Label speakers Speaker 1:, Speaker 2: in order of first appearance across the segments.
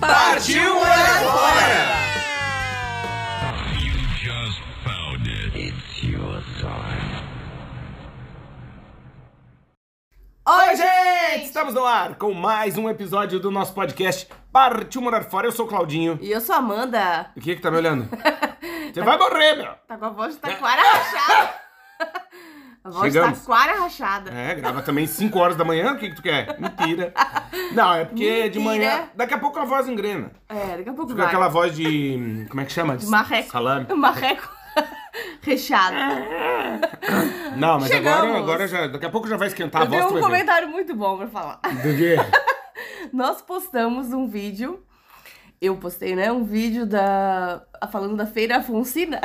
Speaker 1: Partiu morar fora!
Speaker 2: You just found it. It's your time.
Speaker 1: Oi, gente! Estamos no ar com mais um episódio do nosso podcast Partiu Morar Fora. Eu sou o Claudinho.
Speaker 3: E eu sou a Amanda.
Speaker 1: O que que tá me olhando? Você vai morrer, meu!
Speaker 3: Tá com a voz de taquara rachada. A voz
Speaker 1: Chegamos.
Speaker 3: de taquara rachada.
Speaker 1: É, grava também 5 horas da manhã, o que que tu quer? Mentira. Não, é porque de
Speaker 3: Mentira.
Speaker 1: manhã... Daqui a pouco a voz engrena.
Speaker 3: É, daqui a pouco
Speaker 1: Fica
Speaker 3: vai.
Speaker 1: aquela voz de... como é que chama?
Speaker 3: De marreco.
Speaker 1: Salame.
Speaker 3: Marreco
Speaker 1: É.
Speaker 3: rechado.
Speaker 1: Não, mas agora,
Speaker 3: Chegamos.
Speaker 1: agora já... Daqui a pouco já vai esquentar a
Speaker 3: Eu
Speaker 1: voz.
Speaker 3: tenho
Speaker 1: tu
Speaker 3: um
Speaker 1: vai ver.
Speaker 3: comentário muito bom pra falar.
Speaker 1: Do quê?
Speaker 3: Nós postamos um vídeo. Eu postei, né? Um vídeo da. falando da Feira Afonsina,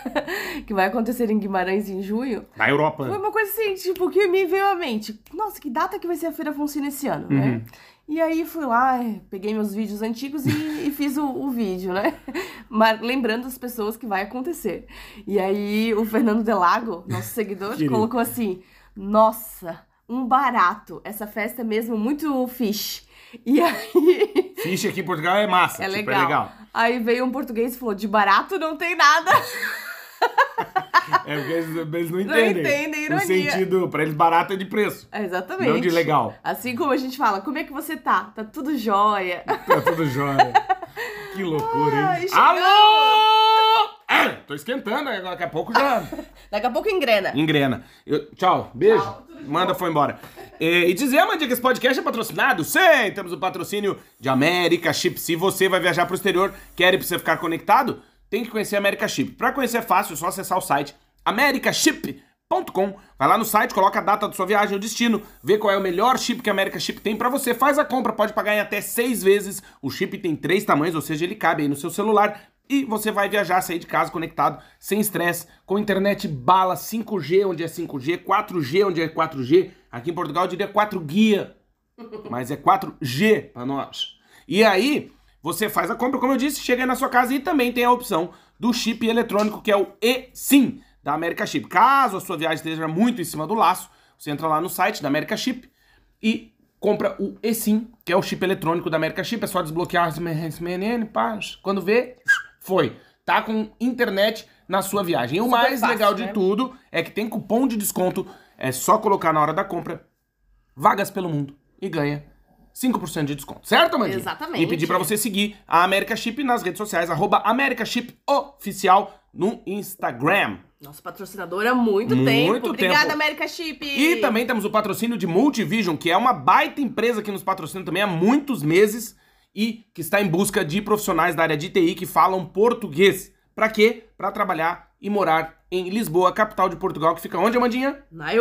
Speaker 3: que vai acontecer em Guimarães em junho.
Speaker 1: Na Europa.
Speaker 3: Foi uma coisa assim, tipo, que me veio à mente. Nossa, que data que vai ser a Feira Fonsina esse ano,
Speaker 1: Uhum.
Speaker 3: né? E aí fui lá, eh, peguei meus vídeos antigos e, e fiz o, o vídeo, né? Mas lembrando as pessoas que vai acontecer. E aí o Fernando Delago, nosso seguidor,
Speaker 1: Querido.
Speaker 3: colocou assim: Nossa, um barato. Essa festa é mesmo muito fish. E aí.
Speaker 1: Ficha aqui em Portugal é massa.
Speaker 3: É
Speaker 1: tipo,
Speaker 3: legal.
Speaker 1: É legal.
Speaker 3: Aí veio um português e falou: de barato não tem nada.
Speaker 1: É porque eles, eles não
Speaker 3: Não
Speaker 1: entendem.
Speaker 3: entendem,
Speaker 1: O
Speaker 3: ironia.
Speaker 1: sentido, pra eles barato é de preço.
Speaker 3: É, Exatamente.
Speaker 1: Não de legal.
Speaker 3: Assim como a gente fala, como é que você tá? Tá tudo jóia.
Speaker 1: Tá tudo jóia. Que loucura, hein?
Speaker 3: Ai,
Speaker 1: Alô! Ah, Tô esquentando, né? daqui a pouco já
Speaker 3: Daqui a pouco engrena.
Speaker 1: engrena. Eu- tchau, beijo.
Speaker 3: Tchau, tudo de
Speaker 1: Manda, foi embora. É, E, dizer, Amanda, que esse podcast é patrocinado? Sim, temos o patrocínio de América Chip. Se você vai viajar pro exterior, quer ir pra você ficar conectado, tem que conhecer a América Chip. Pra conhecer é fácil, é só acessar o site americachip.com. Vai lá no site, coloca a data da sua viagem, o destino, vê qual é o melhor chip que a América Chip tem pra você, faz a compra, pode pagar em até seis vezes. O chip tem três tamanhos, ou seja, ele cabe aí no seu celular. E você vai viajar, sair de casa conectado, sem estresse, com internet bala 5G, onde é 5G, 4G, onde é 4G. Aqui em Portugal eu diria 4 guia, mas é 4G pra nós. E aí, você faz a compra, como eu disse, chega aí na sua casa e também tem a opção do chip eletrônico, que é o eSIM da América Chip. Caso a sua viagem esteja muito em cima do laço, você entra lá no site da América Chip e compra o eSIM, que é o chip eletrônico da América Chip. É só desbloquear as menino, pá. Quando vê, foi. Tá com internet na sua viagem. E o
Speaker 3: Super
Speaker 1: mais
Speaker 3: fácil,
Speaker 1: legal de
Speaker 3: né?
Speaker 1: tudo é que tem cupom de desconto. É só colocar na hora da compra vagas pelo mundo e ganha 5% de desconto. Certo, Amandinha?
Speaker 3: Exatamente.
Speaker 1: E pedir pra você seguir a America Chip nas redes sociais, arroba America Chip Oficial no Instagram.
Speaker 3: Nossa patrocinadora há muito,
Speaker 1: Muito tempo.
Speaker 3: tempo. Obrigada, América Chip.
Speaker 1: E também temos o patrocínio de Multivision, que é uma baita empresa que nos patrocina também há muitos meses e que está em busca de profissionais da área de TI que falam português. Pra quê? Pra trabalhar e morar em Lisboa, capital de Portugal, que fica onde, Amandinha?
Speaker 3: Na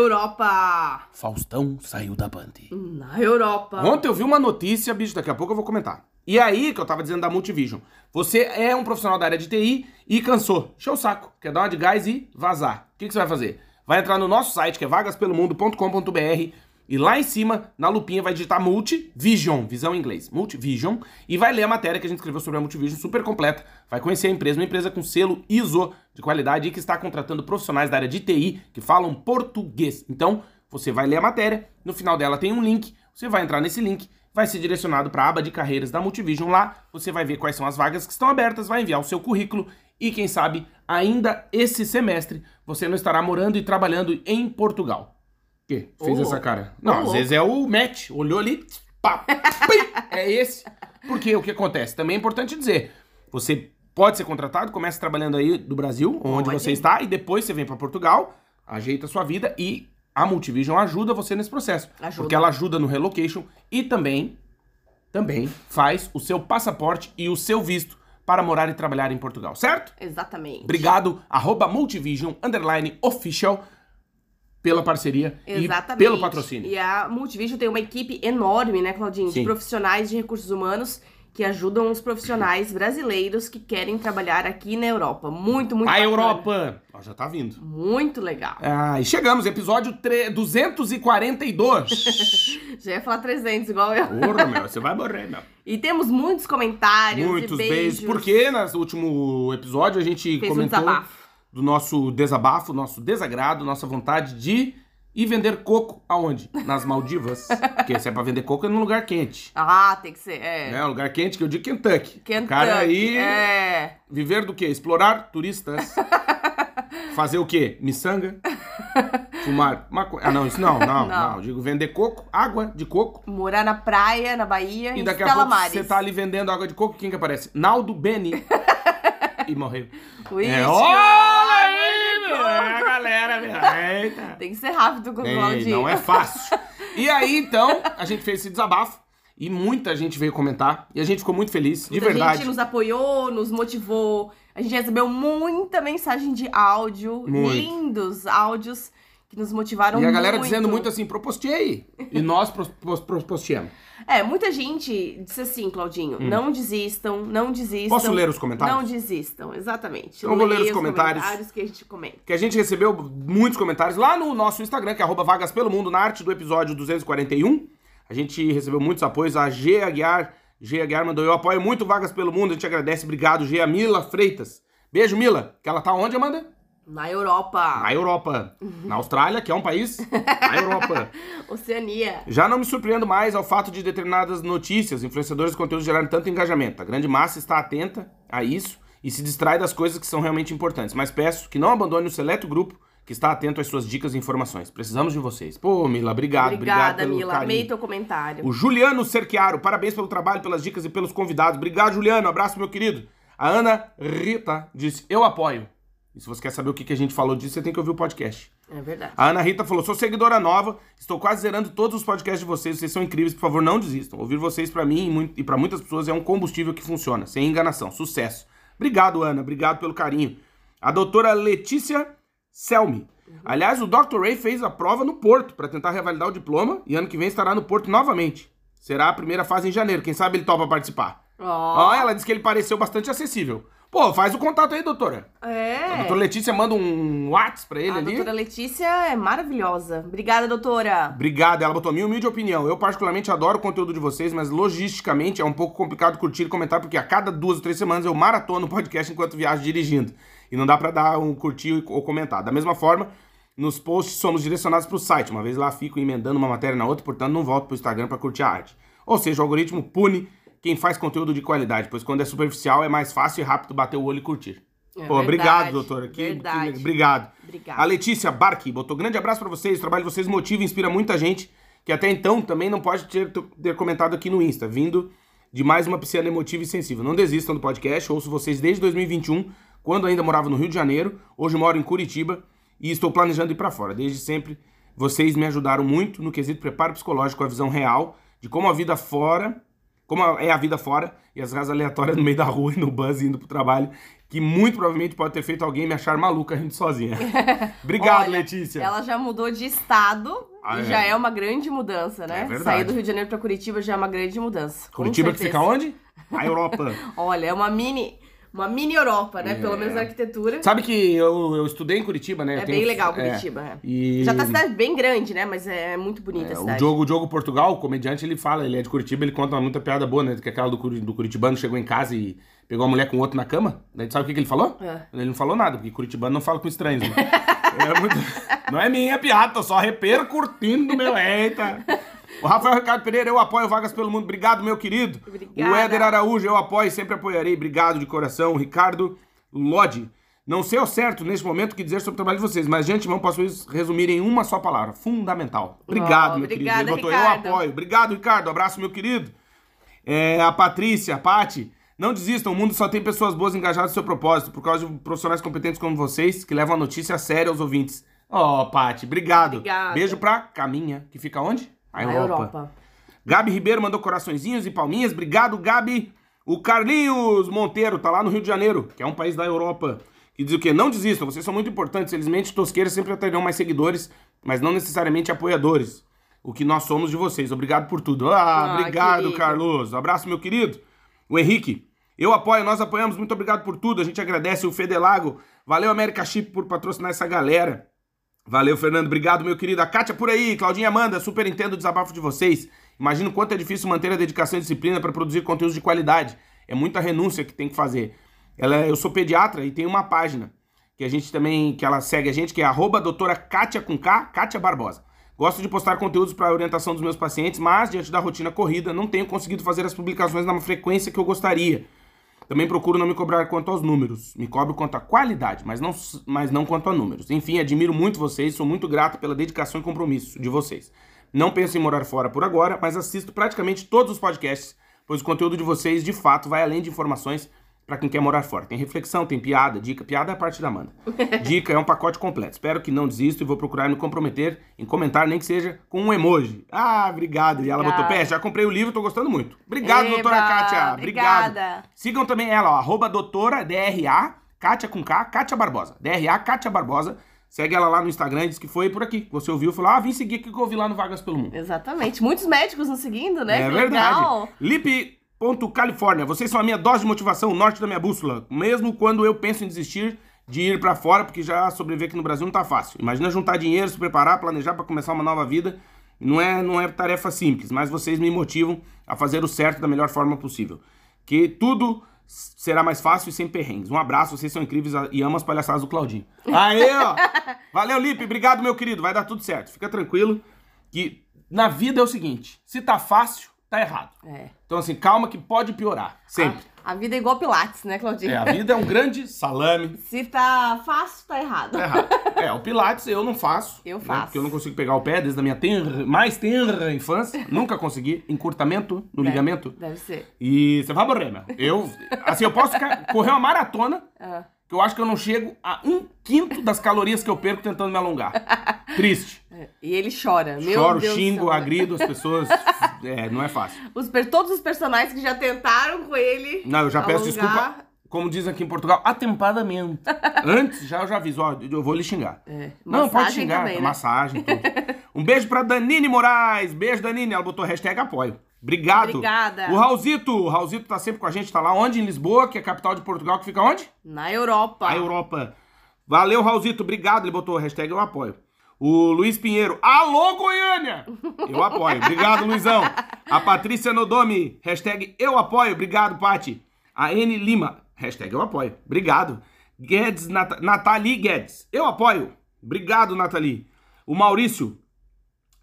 Speaker 3: Europa.
Speaker 1: Faustão saiu da Band.
Speaker 3: Na Europa.
Speaker 1: Ontem eu vi uma notícia, bicho, daqui a pouco eu vou comentar. E aí, que eu tava dizendo da Multivision. Você é um profissional da área de TI e cansou. Encheu o saco. Quer dar uma de gás e vazar. O que, que você vai fazer? Vai entrar no nosso site, que é vagaspelomundo.com.br e lá em cima, na lupinha, vai digitar Multivision, visão em inglês, Multivision, e vai ler a matéria que a gente escreveu sobre a Multivision, super completa. Vai conhecer a empresa, uma empresa com selo ISO de qualidade e que está contratando profissionais da área de TI que falam português. Então, você vai ler a matéria, no final dela tem um link, você vai entrar nesse link, vai ser direcionado para a aba de carreiras da Multivision lá, você vai ver quais são as vagas que estão abertas, vai enviar o seu currículo e quem sabe ainda esse semestre você não estará morando e trabalhando em Portugal. O quê?
Speaker 3: Ô,
Speaker 1: Fez essa
Speaker 3: louco.
Speaker 1: cara? Não,
Speaker 3: Ô,
Speaker 1: às
Speaker 3: louco.
Speaker 1: vezes é o match, olhou ali, pá, pim, é esse. Porque o que acontece? Também é importante dizer, você pode ser contratado, começa trabalhando aí do Brasil, onde
Speaker 3: Pode.
Speaker 1: você está, Tá? e depois você vem para Portugal, ajeita a sua vida e a Multivision ajuda você nesse processo.
Speaker 3: Ajuda.
Speaker 1: Porque ela ajuda no relocation e também, também faz o seu passaporte e o seu visto para morar e trabalhar em Portugal, certo?
Speaker 3: Exatamente.
Speaker 1: Obrigado, arroba Multivision, underline, official, pela parceria
Speaker 3: Exatamente.
Speaker 1: e pelo patrocínio.
Speaker 3: E é a Multivision tem uma equipe enorme, né, Claudinho?
Speaker 1: Sim.
Speaker 3: De profissionais de recursos humanos que ajudam os profissionais brasileiros que querem trabalhar aqui na Europa. Muito, muito
Speaker 1: a
Speaker 3: bacana.
Speaker 1: Europa! Ó, já tá vindo.
Speaker 3: Muito legal.
Speaker 1: Ah, e chegamos, episódio tre- 242.
Speaker 3: Já ia falar 300, igual eu.
Speaker 1: Porra, meu, você vai morrer, meu.
Speaker 3: E temos muitos comentários
Speaker 1: Muitos
Speaker 3: e
Speaker 1: beijos.
Speaker 3: beijos.
Speaker 1: Porque no último episódio a gente
Speaker 3: Fez um
Speaker 1: comentou
Speaker 3: desabafo.
Speaker 1: do nosso desabafo, nosso desagrado, nossa vontade de ir vender coco aonde? Nas Maldivas. porque se é pra vender coco é num lugar quente.
Speaker 3: Ah, tem que ser. É.
Speaker 1: É, um lugar quente que eu digo Kentucky.
Speaker 3: Kentucky,
Speaker 1: O cara aí
Speaker 3: É.
Speaker 1: viver do quê? Explorar turistas. Fazer o quê? Miçanga. Fumar maconha. Ah, não, isso não, não, não.
Speaker 3: Não.
Speaker 1: Eu Digo vender coco, água de coco.
Speaker 3: Morar na praia, na Bahia,
Speaker 1: E
Speaker 3: em
Speaker 1: daqui a pouco
Speaker 3: Calamares.
Speaker 1: você tá ali vendendo água de coco, quem que aparece? Naldo Beni. e morreu.
Speaker 3: Ui,
Speaker 1: É,
Speaker 3: tio.
Speaker 1: olha aí, meu! É a galera, meu. Eita.
Speaker 3: Tem que ser rápido com o
Speaker 1: Tem,
Speaker 3: Claudinho.
Speaker 1: não é fácil. E aí, então, a gente fez esse desabafo. E muita gente veio comentar. E a gente ficou muito feliz, de
Speaker 3: Muita
Speaker 1: verdade.
Speaker 3: gente nos apoiou, nos motivou. A gente recebeu muita mensagem de áudio.
Speaker 1: Muito.
Speaker 3: Lindos áudios que nos motivaram
Speaker 1: E
Speaker 3: muito.
Speaker 1: a galera dizendo muito assim, propostei. E nós pros- pros- pros- proposteamos.
Speaker 3: É, muita gente disse assim, Claudinho, não desistam, não desistam.
Speaker 1: Hum. Posso ler os comentários?
Speaker 3: Não desistam, exatamente.
Speaker 1: Então eu vou ler
Speaker 3: Leia
Speaker 1: os comentários.
Speaker 3: que a gente comenta.
Speaker 1: Que a gente recebeu muitos comentários lá no nosso Instagram, que é arroba vagas pelo mundo, na arte do episódio 241. A gente recebeu muitos apoios. A G Aguiar, G Aguiar mandou, eu apoio muito Vagas pelo Mundo, a gente agradece, obrigado, G. A Mila Freitas. Beijo, Mila. Que ela tá onde, Amanda?
Speaker 3: Na Europa,
Speaker 1: Na Europa. Na Austrália, que é um país. Na Europa.
Speaker 3: Oceania.
Speaker 1: Já não me surpreendo mais ao fato de determinadas notícias, influenciadores de conteúdo gerarem tanto engajamento. A grande massa está atenta a isso e se distrai das coisas que são realmente importantes. Mas peço que não abandone o seleto grupo que está atento às suas dicas e informações. Precisamos de vocês. Pô, Mila, obrigado. obrigado
Speaker 3: Obrigada,
Speaker 1: pelo
Speaker 3: Mila.
Speaker 1: carinho.
Speaker 3: Amei teu comentário.
Speaker 1: O Juliano Cerquiaro, parabéns pelo trabalho, pelas dicas e pelos convidados. Obrigado, Juliano. Abraço, meu querido. A Ana Rita disse: Eu apoio. E se você quer saber o que que a gente falou disso, você tem que ouvir o podcast.
Speaker 3: É verdade.
Speaker 1: A Ana Rita falou: sou seguidora nova, estou quase zerando todos os podcasts de vocês, vocês são incríveis, por favor, não desistam. Ouvir vocês pra mim e mui- e pra muitas pessoas é um combustível que funciona, sem enganação. Sucesso. Obrigado, Ana, obrigado pelo carinho. A doutora Letícia Selmi.
Speaker 3: Uhum.
Speaker 1: Aliás, o Dr. Ray fez a prova no Porto pra tentar revalidar o diploma e ano que vem estará no Porto novamente. Será a primeira fase em janeiro, quem sabe ele topa participar.
Speaker 3: Ó,
Speaker 1: Ó, ela disse que ele pareceu bastante acessível. Pô, faz o contato aí, doutora. Ah, A
Speaker 3: é.
Speaker 1: doutora Letícia manda um WhatsApp pra ele
Speaker 3: A
Speaker 1: ali.
Speaker 3: doutora Letícia é maravilhosa. Obrigada, doutora.
Speaker 1: Obrigado, ela botou minha humilde opinião. Eu particularmente adoro o conteúdo de vocês, mas logisticamente é um pouco complicado curtir e comentar, porque a cada duas ou três semanas eu maratono o podcast enquanto viajo dirigindo. E não dá pra dar um curtir ou comentar. Da mesma forma, nos posts somos direcionados pro site. Uma vez lá fico emendando uma matéria na outra, portanto não volto pro Instagram pra curtir a arte. Ou seja, o algoritmo pune quem faz conteúdo de qualidade, pois quando é superficial é mais fácil e rápido bater o olho e curtir.
Speaker 3: É
Speaker 1: Pô, obrigado,
Speaker 3: verdade,
Speaker 1: doutora. Que,
Speaker 3: verdade.
Speaker 1: que- obrigado.
Speaker 3: Obrigada.
Speaker 1: A Letícia Barque botou grande abraço pra vocês. O trabalho de vocês motiva e inspira muita gente que até então também não pode ter, ter comentado aqui no Insta, vindo de mais uma piscina emotiva e sensível. Não desistam do podcast, ouço vocês desde 2021, quando ainda morava no Rio de Janeiro. Hoje moro em Curitiba e estou planejando ir pra fora. Desde sempre, vocês me ajudaram muito no quesito preparo psicológico, a visão real de como a vida fora como a- é a vida fora e as rasas aleatórias no meio da rua e no bus indo pro trabalho, que muito provavelmente pode ter feito alguém me achar maluca rindo sozinha. Obrigado,
Speaker 3: Olha,
Speaker 1: Letícia.
Speaker 3: Ela já mudou de estado
Speaker 1: Ah,
Speaker 3: e
Speaker 1: é.
Speaker 3: já é uma grande mudança, né?
Speaker 1: É verdade.
Speaker 3: Sair do Rio de Janeiro pra Curitiba já é uma grande mudança. com
Speaker 1: Curitiba que fica
Speaker 3: certeza.
Speaker 1: onde? A Europa.
Speaker 3: Olha, é uma mini, uma mini Europa, né? Pelo menos a arquitetura.
Speaker 1: É. Sabe que eu, eu estudei em Curitiba, né? Eu
Speaker 3: é
Speaker 1: tenho-
Speaker 3: bem legal
Speaker 1: é.
Speaker 3: Curitiba. é.
Speaker 1: E
Speaker 3: Já tá cidade bem grande, né? Mas é muito bonita a
Speaker 1: é, o
Speaker 3: cidade.
Speaker 1: Diogo, o Diogo Portugal, o comediante, ele fala, ele é de Curitiba, ele conta muita piada boa, né? Que aquela do, Curi- do curitibano chegou em casa e pegou a mulher com outro na cama. Daí tu sabe o que, que ele falou?
Speaker 3: É.
Speaker 1: Ele não falou nada, porque curitibano não fala com estranhos, né? É muito- Não é minha piada, tô só repercutindo, meu. Eita! O Rafael Ricardo Pereira, eu apoio Vagas pelo Mundo. Obrigado, meu querido.
Speaker 3: Obrigada.
Speaker 1: O Éder Araújo, eu apoio, e sempre apoiarei. Obrigado de coração. Ricardo Lodi. Não sei ao certo neste momento o que dizer sobre o trabalho de vocês, mas de antemão posso isso resumir em uma só palavra: fundamental. Obrigado,
Speaker 3: Oh,
Speaker 1: meu
Speaker 3: obrigada,
Speaker 1: querido. Ele botou
Speaker 3: Ricardo.
Speaker 1: eu apoio. Obrigado, Ricardo. Abraço, meu querido. É, a Patrícia, a Pati. Não desistam, o mundo só tem pessoas boas engajadas no seu propósito, por causa de profissionais competentes como vocês, que levam a notícia a sério aos ouvintes. Ó, oh, Pati, obrigado.
Speaker 3: Obrigada.
Speaker 1: Beijo pra Caminha, que fica onde? A
Speaker 3: Na Europa.
Speaker 1: Gabi Ribeiro mandou coraçõezinhos e palminhas. Obrigado, Gabi. O Carlinhos Monteiro tá lá no Rio de Janeiro, que é um país da Europa. E diz o quê? Não desistam, vocês são muito importantes. Felizmente, tosqueiras sempre atrairão mais seguidores, mas não necessariamente apoiadores. O que nós somos de vocês. Obrigado por tudo. Ah,
Speaker 3: Ah,
Speaker 1: obrigado,
Speaker 3: querido.
Speaker 1: Carlos. Abraço, meu querido. O Henrique. Eu apoio, nós apoiamos. Muito obrigado por tudo. A gente agradece o Fedelago. Valeu, América Chip, por patrocinar essa galera. Valeu, Fernando. Obrigado, meu querido. A Kátia por aí, Claudinha Amanda, super entendo o desabafo de vocês. Imagino o quanto é difícil manter a dedicação e disciplina para produzir conteúdos de qualidade. É muita renúncia que tem que fazer. Ela, é, eu sou pediatra e tenho uma página que a gente também, que ela segue a gente, que é arroba doutora Kátia com K, Kátia Barbosa. Gosto de postar conteúdos para orientação dos meus pacientes, mas diante da rotina corrida, não tenho conseguido fazer as publicações na frequência que eu gostaria. Também procuro não me cobrar quanto aos números. Me cobro quanto à qualidade, mas não, mas não quanto a números. Enfim, admiro muito vocês, sou muito grato pela dedicação e compromisso de vocês. Não penso em morar fora por agora, mas assisto praticamente todos os podcasts, pois o conteúdo de vocês, de fato, vai além de informações para quem quer morar fora. Tem reflexão, tem piada, dica. Piada é a parte da Amanda. Dica é um pacote completo. Espero que não desista e vou procurar me comprometer em comentar, nem que seja com um emoji. Ah, obrigado. E ela botou
Speaker 3: Obrigada.
Speaker 1: pé, já comprei o livro, tô gostando muito. Obrigado, doutora
Speaker 3: Eba,
Speaker 1: Kátia. Obrigado.
Speaker 3: obrigada.
Speaker 1: Sigam também ela, ó, arroba doutora DRA, Kátia com K, Kátia Barbosa. DRA, Kátia Barbosa. Segue ela lá no Instagram, diz que foi por aqui. Você ouviu, falou, ah, vim seguir aqui que eu ouvi lá no Vagas pelo Mundo.
Speaker 3: Exatamente. Muitos médicos nos seguindo, né?
Speaker 1: É
Speaker 3: Que
Speaker 1: verdade.
Speaker 3: legal.
Speaker 1: Lip.Califórnia, vocês são a minha dose de motivação, o norte da minha bússola. Mesmo quando eu penso em desistir de ir pra fora, porque já sobreviver aqui no Brasil não tá fácil. Imagina juntar dinheiro, se preparar, planejar pra começar uma nova vida. Não é, não é tarefa simples, mas vocês me motivam a fazer o certo da melhor forma possível. Que tudo s- será mais fácil e sem perrengues. Um abraço, vocês são incríveis a- e amo as palhaçadas do Claudinho. Aê, ó! Valeu, Lipe, obrigado, meu querido. Vai dar tudo certo. Fica tranquilo que na vida é o seguinte, se tá fácil, tá errado.
Speaker 3: É.
Speaker 1: Então, assim, calma que pode piorar. Sempre.
Speaker 3: A, a vida é igual Pilates, né, Claudinha?
Speaker 1: É, a vida é um grande salame.
Speaker 3: Se tá fácil, tá errado.
Speaker 1: Tá errado. É, o Pilates eu não faço.
Speaker 3: Eu
Speaker 1: né,
Speaker 3: faço.
Speaker 1: Porque eu não consigo pegar o pé desde a minha tenra, mais tenra infância. Nunca consegui. Encurtamento
Speaker 3: É.
Speaker 1: no ligamento.
Speaker 3: Deve ser.
Speaker 1: E você vai morrer, meu. Eu, assim, eu posso ca- correr uma maratona
Speaker 3: Ah.
Speaker 1: que eu acho que eu não chego a um quinto das calorias que eu perco tentando me alongar. Triste.
Speaker 3: É. E ele chora. Meu
Speaker 1: Choro,
Speaker 3: Deus do
Speaker 1: xingo,
Speaker 3: céu. né?
Speaker 1: agrido as pessoas. É, não é fácil.
Speaker 3: Os, per- todos os personagens que já tentaram com ele.
Speaker 1: Não, eu já peço
Speaker 3: alongar.
Speaker 1: desculpa. Como diz aqui em Portugal, atempadamente. Antes, já eu já aviso, ó, eu vou lhe xingar.
Speaker 3: É,
Speaker 1: Não, pode
Speaker 3: massagem
Speaker 1: xingar, é
Speaker 3: também, né?
Speaker 1: massagem, tudo. Um beijo pra Danine Moraes. Beijo, Danine. Ela botou hashtag apoio. Obrigado.
Speaker 3: Obrigada.
Speaker 1: O Raulzito. O Raulzito tá sempre com a gente. Tá lá onde? Em Lisboa, que é a capital de Portugal, que fica onde?
Speaker 3: Na Europa.
Speaker 1: A Europa. Valeu, Raulzito. Obrigado. Ele botou o hashtag eu apoio. O Luiz Pinheiro. Alô, Goiânia! Eu apoio. Obrigado, Luizão. A Patrícia Nodomi. Hashtag eu apoio. Obrigado, Pati. A N Lima. Hashtag eu apoio. Obrigado. Guedes, Nat Nathalie Guedes. Eu apoio. Obrigado, Nathalie. O Maurício.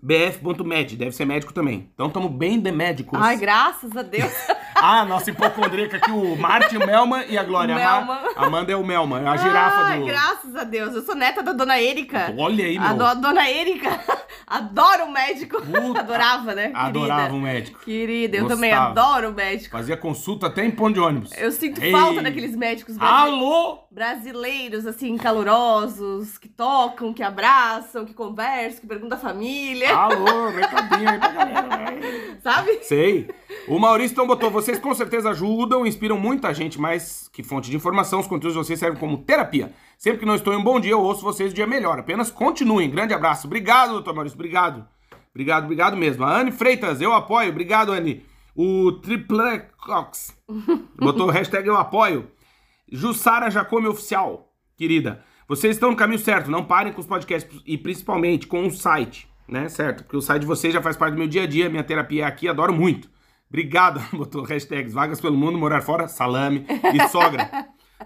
Speaker 1: BF.med. Deve ser médico também. Então, tamo bem de médicos.
Speaker 3: Ai, graças a Deus.
Speaker 1: Ah, nossa hipocondríaca aqui, o Martin, o Melman e a Glória. A Ma-
Speaker 3: Melman. Ah,
Speaker 1: Amanda é o Melman, a girafa
Speaker 3: Ai,
Speaker 1: do...
Speaker 3: graças a Deus. Eu sou neta da dona Erika.
Speaker 1: Olha aí,
Speaker 3: A
Speaker 1: meu.
Speaker 3: do- a dona Erika. Adoro o médico.
Speaker 1: Puta.
Speaker 3: Adorava, né? querida?
Speaker 1: Adorava um médico.
Speaker 3: Querida, eu
Speaker 1: Gostava.
Speaker 3: também adoro o médico.
Speaker 1: Fazia consulta até em ponto de ônibus.
Speaker 3: Eu sinto
Speaker 1: Ei.
Speaker 3: falta daqueles médicos brasi-
Speaker 1: Alô?
Speaker 3: brasileiros, assim, calorosos, que tocam, que abraçam, que conversam, que perguntam a família,
Speaker 1: Alô, recadinho aí pra galera. né?
Speaker 3: sabe?
Speaker 1: Sei. O Maurício então botou, vocês com certeza ajudam, inspiram muita gente, mas que fonte de informação, os conteúdos de vocês servem como terapia. Sempre que não estou em um bom dia, eu ouço vocês o dia melhor. Apenas continuem. Grande abraço. Obrigado, doutor Maurício. Obrigado. Obrigado, obrigado mesmo. A Anne Freitas, eu apoio. Obrigado, Anne. O Triplecox botou o hashtag eu apoio. Jussara Jacome é Oficial, querida. Vocês estão no caminho certo, não parem com os podcasts e principalmente com o site, né? Certo? Porque o site de vocês já faz parte do meu dia a dia, minha terapia é aqui, adoro muito. Obrigado, botou hashtags vagas pelo mundo, morar fora, salame e sogra.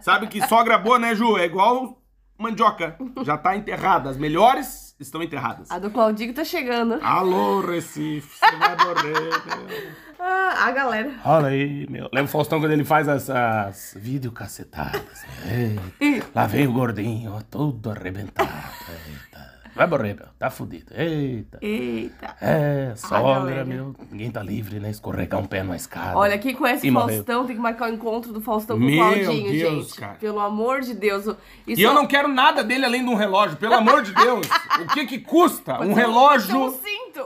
Speaker 1: Sabe que sogra boa, né, Ju? É igual mandioca, já tá enterrada. As melhores estão enterradas.
Speaker 3: A do Claudinho tá chegando.
Speaker 1: Ah. Alô, Recife, você vai morrer, meu.
Speaker 3: Ah, a galera.
Speaker 1: Olha aí, meu. Lembra o Faustão quando ele faz as, as vídeo cacetadas? Eita, Lá vem o gordinho, ó, todo arrebentado. Eita. Vai morrer, meu. Tá fudido. Eita.
Speaker 3: Eita.
Speaker 1: É, sogra,
Speaker 3: galera.
Speaker 1: meu. Ninguém tá livre, né? Escorregar um pé numa escada.
Speaker 3: Olha, quem conhece
Speaker 1: E
Speaker 3: o
Speaker 1: morreu.
Speaker 3: Faustão tem que marcar o encontro do Faustão com
Speaker 1: Meu
Speaker 3: o Claudinho,
Speaker 1: Deus,
Speaker 3: gente.
Speaker 1: cara.
Speaker 3: Pelo amor de Deus. Isso é
Speaker 1: E eu não quero nada dele além de um relógio, pelo amor de Deus. O que que custa um relógio?
Speaker 3: Eu sinto.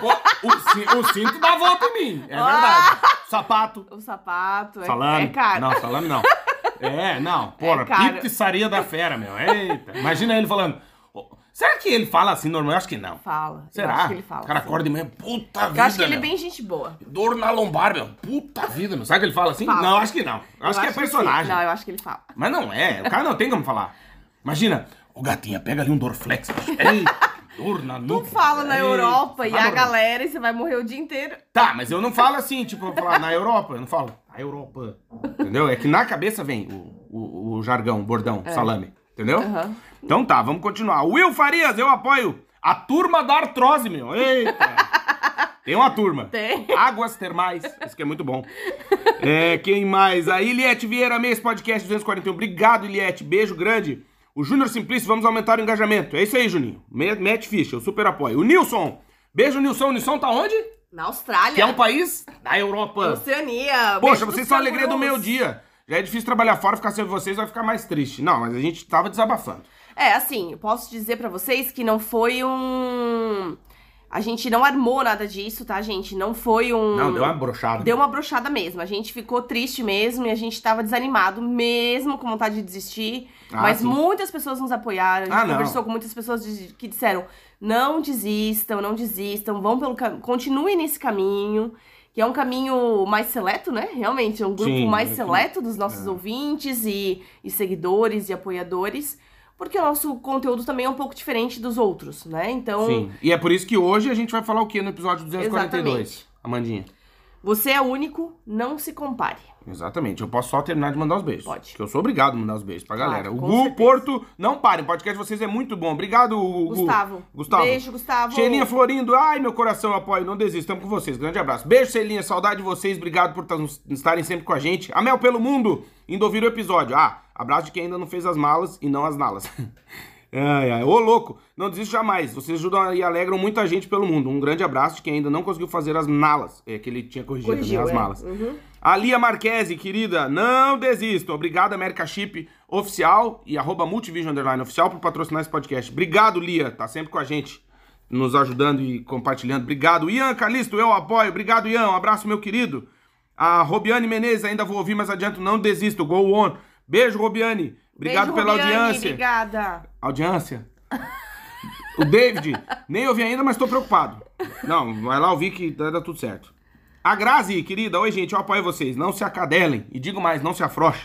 Speaker 1: O, o ci- o cinto dá volta em mim, é
Speaker 3: Ah.
Speaker 1: verdade. Sapato.
Speaker 3: O sapato é,
Speaker 1: Salame.
Speaker 3: é caro.
Speaker 1: Não, salame não. É, não. Porra,
Speaker 3: caro.
Speaker 1: pizzaria da fera, meu. Eita. Imagina ele falando. "Ô, Será que ele fala assim normal? Eu acho que não.
Speaker 3: Fala. Eu
Speaker 1: Será?
Speaker 3: acho que ele fala.
Speaker 1: o cara
Speaker 3: assim.
Speaker 1: acorda de manhã, puta vida.
Speaker 3: Eu acho que ele é
Speaker 1: meu.
Speaker 3: bem gente boa.
Speaker 1: Dor na lombar, meu. Puta vida, meu. Será que ele fala assim?
Speaker 3: Fala.
Speaker 1: Não, acho que não. Acho que
Speaker 3: Eu
Speaker 1: é personagem.
Speaker 3: sim. Não, eu acho que ele fala.
Speaker 1: Mas não é. O cara não tem como falar. Imagina, ô gatinha, pega ali um Dorflex. Ei, dor na
Speaker 3: Tu
Speaker 1: nuca.
Speaker 3: fala na
Speaker 1: Ei,
Speaker 3: Europa e
Speaker 1: fala
Speaker 3: a
Speaker 1: na-
Speaker 3: galera e você vai morrer o dia inteiro.
Speaker 1: Tá, mas eu não falo assim, tipo, eu vou falar na Europa. Eu não falo, a Europa. Entendeu? É que na cabeça vem o, o, o jargão, o bordão, salame. Entendeu?
Speaker 3: É. Aham.
Speaker 1: Então tá, vamos continuar. Will Farias, eu apoio a turma da artrose, meu. Eita. Tem uma turma.
Speaker 3: Tem.
Speaker 1: Águas termais. Isso que é muito bom. É, quem mais? A Iliette Vieira Mês, podcast 241. Obrigado, Iliette. Beijo grande. O Júnior Simplício, vamos aumentar o engajamento. É isso aí, Juninho. Me- Mete ficha, eu super apoio. O Nilson. Beijo, Nilson. O Nilson tá onde?
Speaker 3: Na Austrália.
Speaker 1: Que é um país da Europa.
Speaker 3: Oceania.
Speaker 1: Poxa,
Speaker 3: beijo pros
Speaker 1: vocês são a alegria do
Speaker 3: cangurus.
Speaker 1: meu dia. Já é difícil trabalhar fora, ficar sem vocês vai ficar mais triste. Não, mas a gente tava desabafando.
Speaker 3: É, assim, eu posso dizer pra vocês que não foi um. A gente não armou nada disso, tá, gente? Não foi um.
Speaker 1: Não, deu uma brochada.
Speaker 3: Deu uma brochada mesmo. A gente ficou triste mesmo e a gente tava desanimado mesmo, com vontade de desistir.
Speaker 1: Ah,
Speaker 3: mas
Speaker 1: sim.
Speaker 3: muitas pessoas nos apoiaram. A gente
Speaker 1: Ah, não.
Speaker 3: conversou com muitas pessoas de- que disseram: não desistam, não desistam, vão pelo cam- continuem nesse caminho. Que é um caminho mais seleto, né? Realmente, é um grupo
Speaker 1: Sim,
Speaker 3: mais
Speaker 1: é que-
Speaker 3: seleto dos nossos
Speaker 1: é.
Speaker 3: ouvintes e, e seguidores e apoiadores. Porque o nosso conteúdo também é um pouco diferente dos outros, né? Então,
Speaker 1: Sim. E é por isso que hoje a gente vai falar o quê no episódio 242? Amandinha.
Speaker 3: você é único, não se compare.
Speaker 1: Exatamente. Eu posso só terminar de mandar os beijos.
Speaker 3: Pode.
Speaker 1: Que eu sou obrigado a mandar os beijos pra
Speaker 3: Claro,
Speaker 1: galera. O
Speaker 3: com
Speaker 1: Gu
Speaker 3: certeza.
Speaker 1: Porto, não parem. O podcast de vocês é muito bom. Obrigado, Gu.
Speaker 3: Gustavo.
Speaker 1: Gustavo.
Speaker 3: Beijo, Gustavo.
Speaker 1: Celinha Florindo, ai meu coração, eu apoio, não desisto, estamos com vocês. Grande abraço. Beijo, Celinha, saudade de vocês, obrigado por tas- estarem sempre com a gente. A Mel pelo mundo, indo ouvir o episódio. Ah, abraço de quem ainda não fez as malas e não as nalas. Ai, ai. Ô, louco, não desisto jamais. Vocês ajudam e alegram muita gente pelo mundo. Um grande abraço de quem ainda não conseguiu fazer as nalas. É que ele tinha corrigido
Speaker 3: Corrigiu,
Speaker 1: né, as
Speaker 3: é.
Speaker 1: malas.
Speaker 3: Uhum.
Speaker 1: A Lia Marquese, querida, não desistam. Obrigado, América Chip Oficial e arroba Multivision Underline Oficial por patrocinar esse podcast. Obrigado, Lia. Tá sempre com a gente, nos ajudando e compartilhando. Obrigado, Ian Calisto, eu apoio. Obrigado, Ian. Um abraço, meu querido. A Robiane Menezes, ainda vou ouvir mais adiante. Não desisto. Go on. Beijo, Robiane. Obrigado
Speaker 3: Beijo,
Speaker 1: pela
Speaker 3: Rubiane,
Speaker 1: audiência.
Speaker 3: Obrigada.
Speaker 1: Audiência? O David, nem ouvi ainda, mas tô preocupado. Não, vai lá ouvir que tá, dá dá tudo certo. A Grazi, querida, oi gente, eu apoio vocês. Não se acadelem. E digo mais, não se afroche.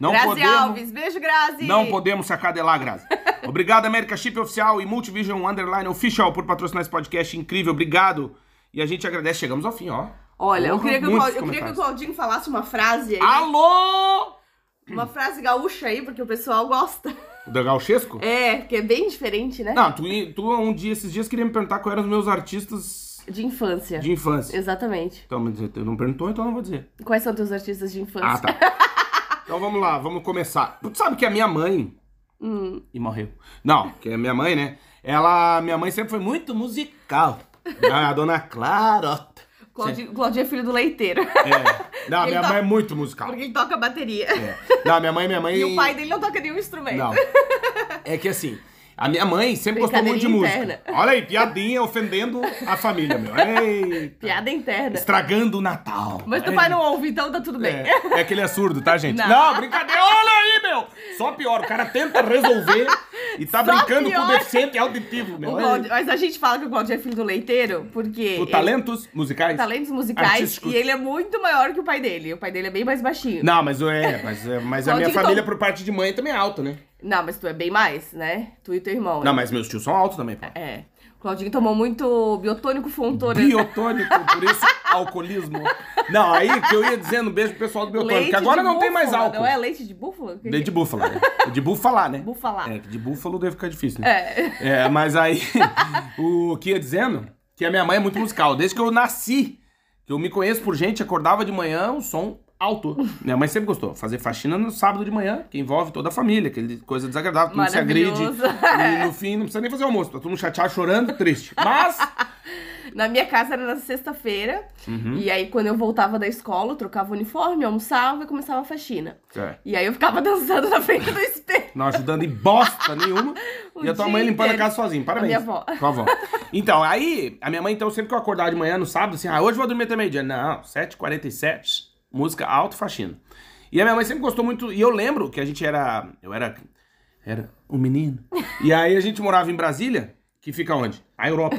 Speaker 1: Não
Speaker 3: Grazi
Speaker 1: podemos,
Speaker 3: Alves, beijo, Grazi.
Speaker 1: Não podemos se acadelar, Grazi. Obrigado, América Chip Oficial e Multivision Underline Official por patrocinar esse podcast incrível. Obrigado. E a gente agradece. Chegamos ao fim, ó.
Speaker 3: Olha, eu
Speaker 1: Porra,
Speaker 3: queria, que o
Speaker 1: muitos
Speaker 3: Claudinho, eu queria que o
Speaker 1: comentários.
Speaker 3: Claudinho falasse uma frase aí.
Speaker 1: Alô!
Speaker 3: Uma frase gaúcha aí, porque o pessoal gosta.
Speaker 1: O da Gauchesco?
Speaker 3: É, que é bem diferente, né?
Speaker 1: Não, tu, tu um dia, esses dias, queria me perguntar quais eram os meus artistas
Speaker 3: De infância.
Speaker 1: de infância.
Speaker 3: Exatamente.
Speaker 1: Então, mas tu não perguntou, então eu não vou dizer.
Speaker 3: Quais são teus artistas de infância?
Speaker 1: Ah, tá. Então vamos lá, vamos começar. Tu sabe que a minha mãe.
Speaker 3: Hum.
Speaker 1: E morreu. Não, que é minha mãe, né? Ela. Minha mãe sempre foi muito musical. Ah, A dona Clarota.
Speaker 3: Claudinho, Claudinho é filho do leiteiro.
Speaker 1: É. Não,
Speaker 3: Ele
Speaker 1: minha
Speaker 3: tá-
Speaker 1: mãe é muito musical.
Speaker 3: Porque ele toca bateria.
Speaker 1: É. Não, minha mãe, minha mãe.
Speaker 3: E o pai dele não toca nenhum instrumento.
Speaker 1: Não. É que assim, a minha mãe sempre gostou muito de
Speaker 3: Brincadeirinha
Speaker 1: música.
Speaker 3: interna.
Speaker 1: Olha aí, piadinha ofendendo a família, meu. Ei,
Speaker 3: Piada interna.
Speaker 1: estragando o Natal.
Speaker 3: Mas teu
Speaker 1: Ei.
Speaker 3: pai não ouve, então tá tudo bem.
Speaker 1: É, é que ele é surdo, tá, gente?
Speaker 3: Não.
Speaker 1: Não, brincadeira. Olha aí, meu! Só pior. O cara tenta resolver e tá
Speaker 3: Só
Speaker 1: brincando com
Speaker 3: pior.
Speaker 1: o deficiente auditivo, meu.
Speaker 3: O
Speaker 1: Olha aí.
Speaker 3: Claudio- mas a gente fala que o Claudinho é filho do leiteiro, porque.
Speaker 1: Por
Speaker 3: ele-
Speaker 1: talentos musicais?
Speaker 3: talentos musicais
Speaker 1: Artísticos.
Speaker 3: e ele é muito maior que o pai dele. O pai dele é bem mais baixinho.
Speaker 1: Não, mas é, mas, é- mas a
Speaker 3: Só
Speaker 1: minha
Speaker 3: digital.
Speaker 1: família, por parte de mãe, também é alta, né?
Speaker 3: Não, mas tu é bem mais, né? Tu e teu irmão.
Speaker 1: Não, mas meus tios são altos também, pô.
Speaker 3: É. O Claudinho tomou muito biotônico um Fontoura.
Speaker 1: Biotônico, é por isso, alcoolismo. Não, aí que eu ia dizendo, beijo pro pessoal do biotônico,
Speaker 3: Leite
Speaker 1: que agora
Speaker 3: de
Speaker 1: não tem mais
Speaker 3: búfala,
Speaker 1: álcool.
Speaker 3: Não é leite de búfala? Que-
Speaker 1: De búfala, né? De búfala, né?
Speaker 3: Búfala.
Speaker 1: É, que de búfalo deve ficar difícil, né?
Speaker 3: É.
Speaker 1: É, mas aí, o que ia dizendo? Que a minha mãe é muito musical. Desde que eu nasci, que eu me conheço por gente, acordava de manhã, um som alto. Minha mãe sempre gostou. Fazer faxina no sábado de manhã, que envolve toda a família, aquele coisa desagradável, todo mundo se agride.
Speaker 3: Maravilhoso.
Speaker 1: E no fim, não precisa nem fazer almoço, tá todo mundo chateado, chorando, triste. Mas,
Speaker 3: Na minha casa era na sexta-feira.
Speaker 1: Uhum.
Speaker 3: E aí, quando eu voltava da escola, eu trocava o uniforme, almoçava e começava a faxina.
Speaker 1: é,
Speaker 3: E aí eu ficava dançando na frente do espelho.
Speaker 1: não ajudando em bosta nenhuma.
Speaker 3: O
Speaker 1: e a tua
Speaker 3: dia
Speaker 1: mãe limpando a
Speaker 3: inteiro.
Speaker 1: casa sozinha, parabéns.
Speaker 3: minha avó.
Speaker 1: Tua avó. Então, aí, a minha mãe, então, sempre que eu acordava de manhã no sábado, assim, ah, hoje eu vou dormir até meio-dia. Não, 7h47, música alto faxina. E a minha mãe sempre gostou muito, e eu lembro que a gente era, eu era Era um menino. E aí a gente morava em Brasília, que fica onde? A Europa.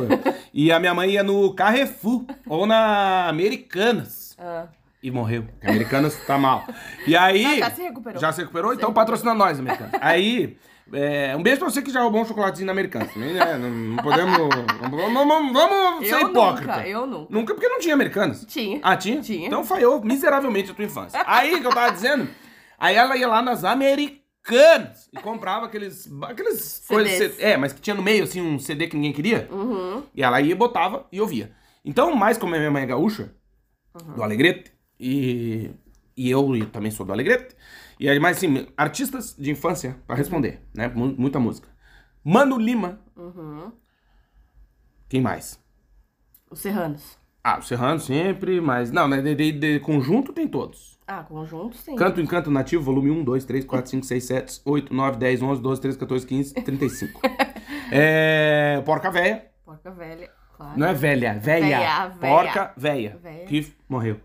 Speaker 1: E a minha mãe ia no Carrefour ou na Americanas.
Speaker 3: Ah.
Speaker 1: E morreu. Porque Americanas tá mal. E aí.
Speaker 3: Não, já se recuperou.
Speaker 1: Já se recuperou? então patrocina nós, Americanas. Aí. é, um beijo pra você que já roubou um chocolatezinho na Americanas. Também, né? Não, não podemos. Vamos, vamos- vamos ser
Speaker 3: Eu
Speaker 1: é hipócrita.
Speaker 3: nunca, eu nunca.
Speaker 1: Nunca porque não tinha Americanas.
Speaker 3: Tinha.
Speaker 1: Ah, tinha?
Speaker 3: Tinha.
Speaker 1: Então falhou miseravelmente a tua infância. Aí que eu tava dizendo, aí ela ia lá nas Americanas e comprava aqueles. aqueles coisas. É, mas que tinha no meio, assim, um CD que ninguém queria.
Speaker 3: Uhum.
Speaker 1: E ela ia, botava e ouvia. Então, mais como a minha mãe é gaúcha,
Speaker 3: Uhum.
Speaker 1: do Alegrete, e, e eu e também sou do Alegrete, e aí, mas assim, artistas de infância, pra responder, né? Mu- Muita música. Mano Lima.
Speaker 3: Uhum.
Speaker 1: Quem mais?
Speaker 3: Os serranos.
Speaker 1: Ah, o Serrano sempre, mas. Não, né? De, de- de conjunto tem todos.
Speaker 3: Ah, conjunto, sim.
Speaker 1: Canto em Canto Nativo, volume 1, 2, 3, 4, 5, 6, 7, 8, 9, 10, 11, 12, 13, 14, 15, 35. é. Porca Véia.
Speaker 3: Porca velha, claro.
Speaker 1: Não é velha,
Speaker 3: Véia,
Speaker 1: véia.
Speaker 3: véia.
Speaker 1: Porca Véia.
Speaker 3: Véia.
Speaker 1: Que f- morreu.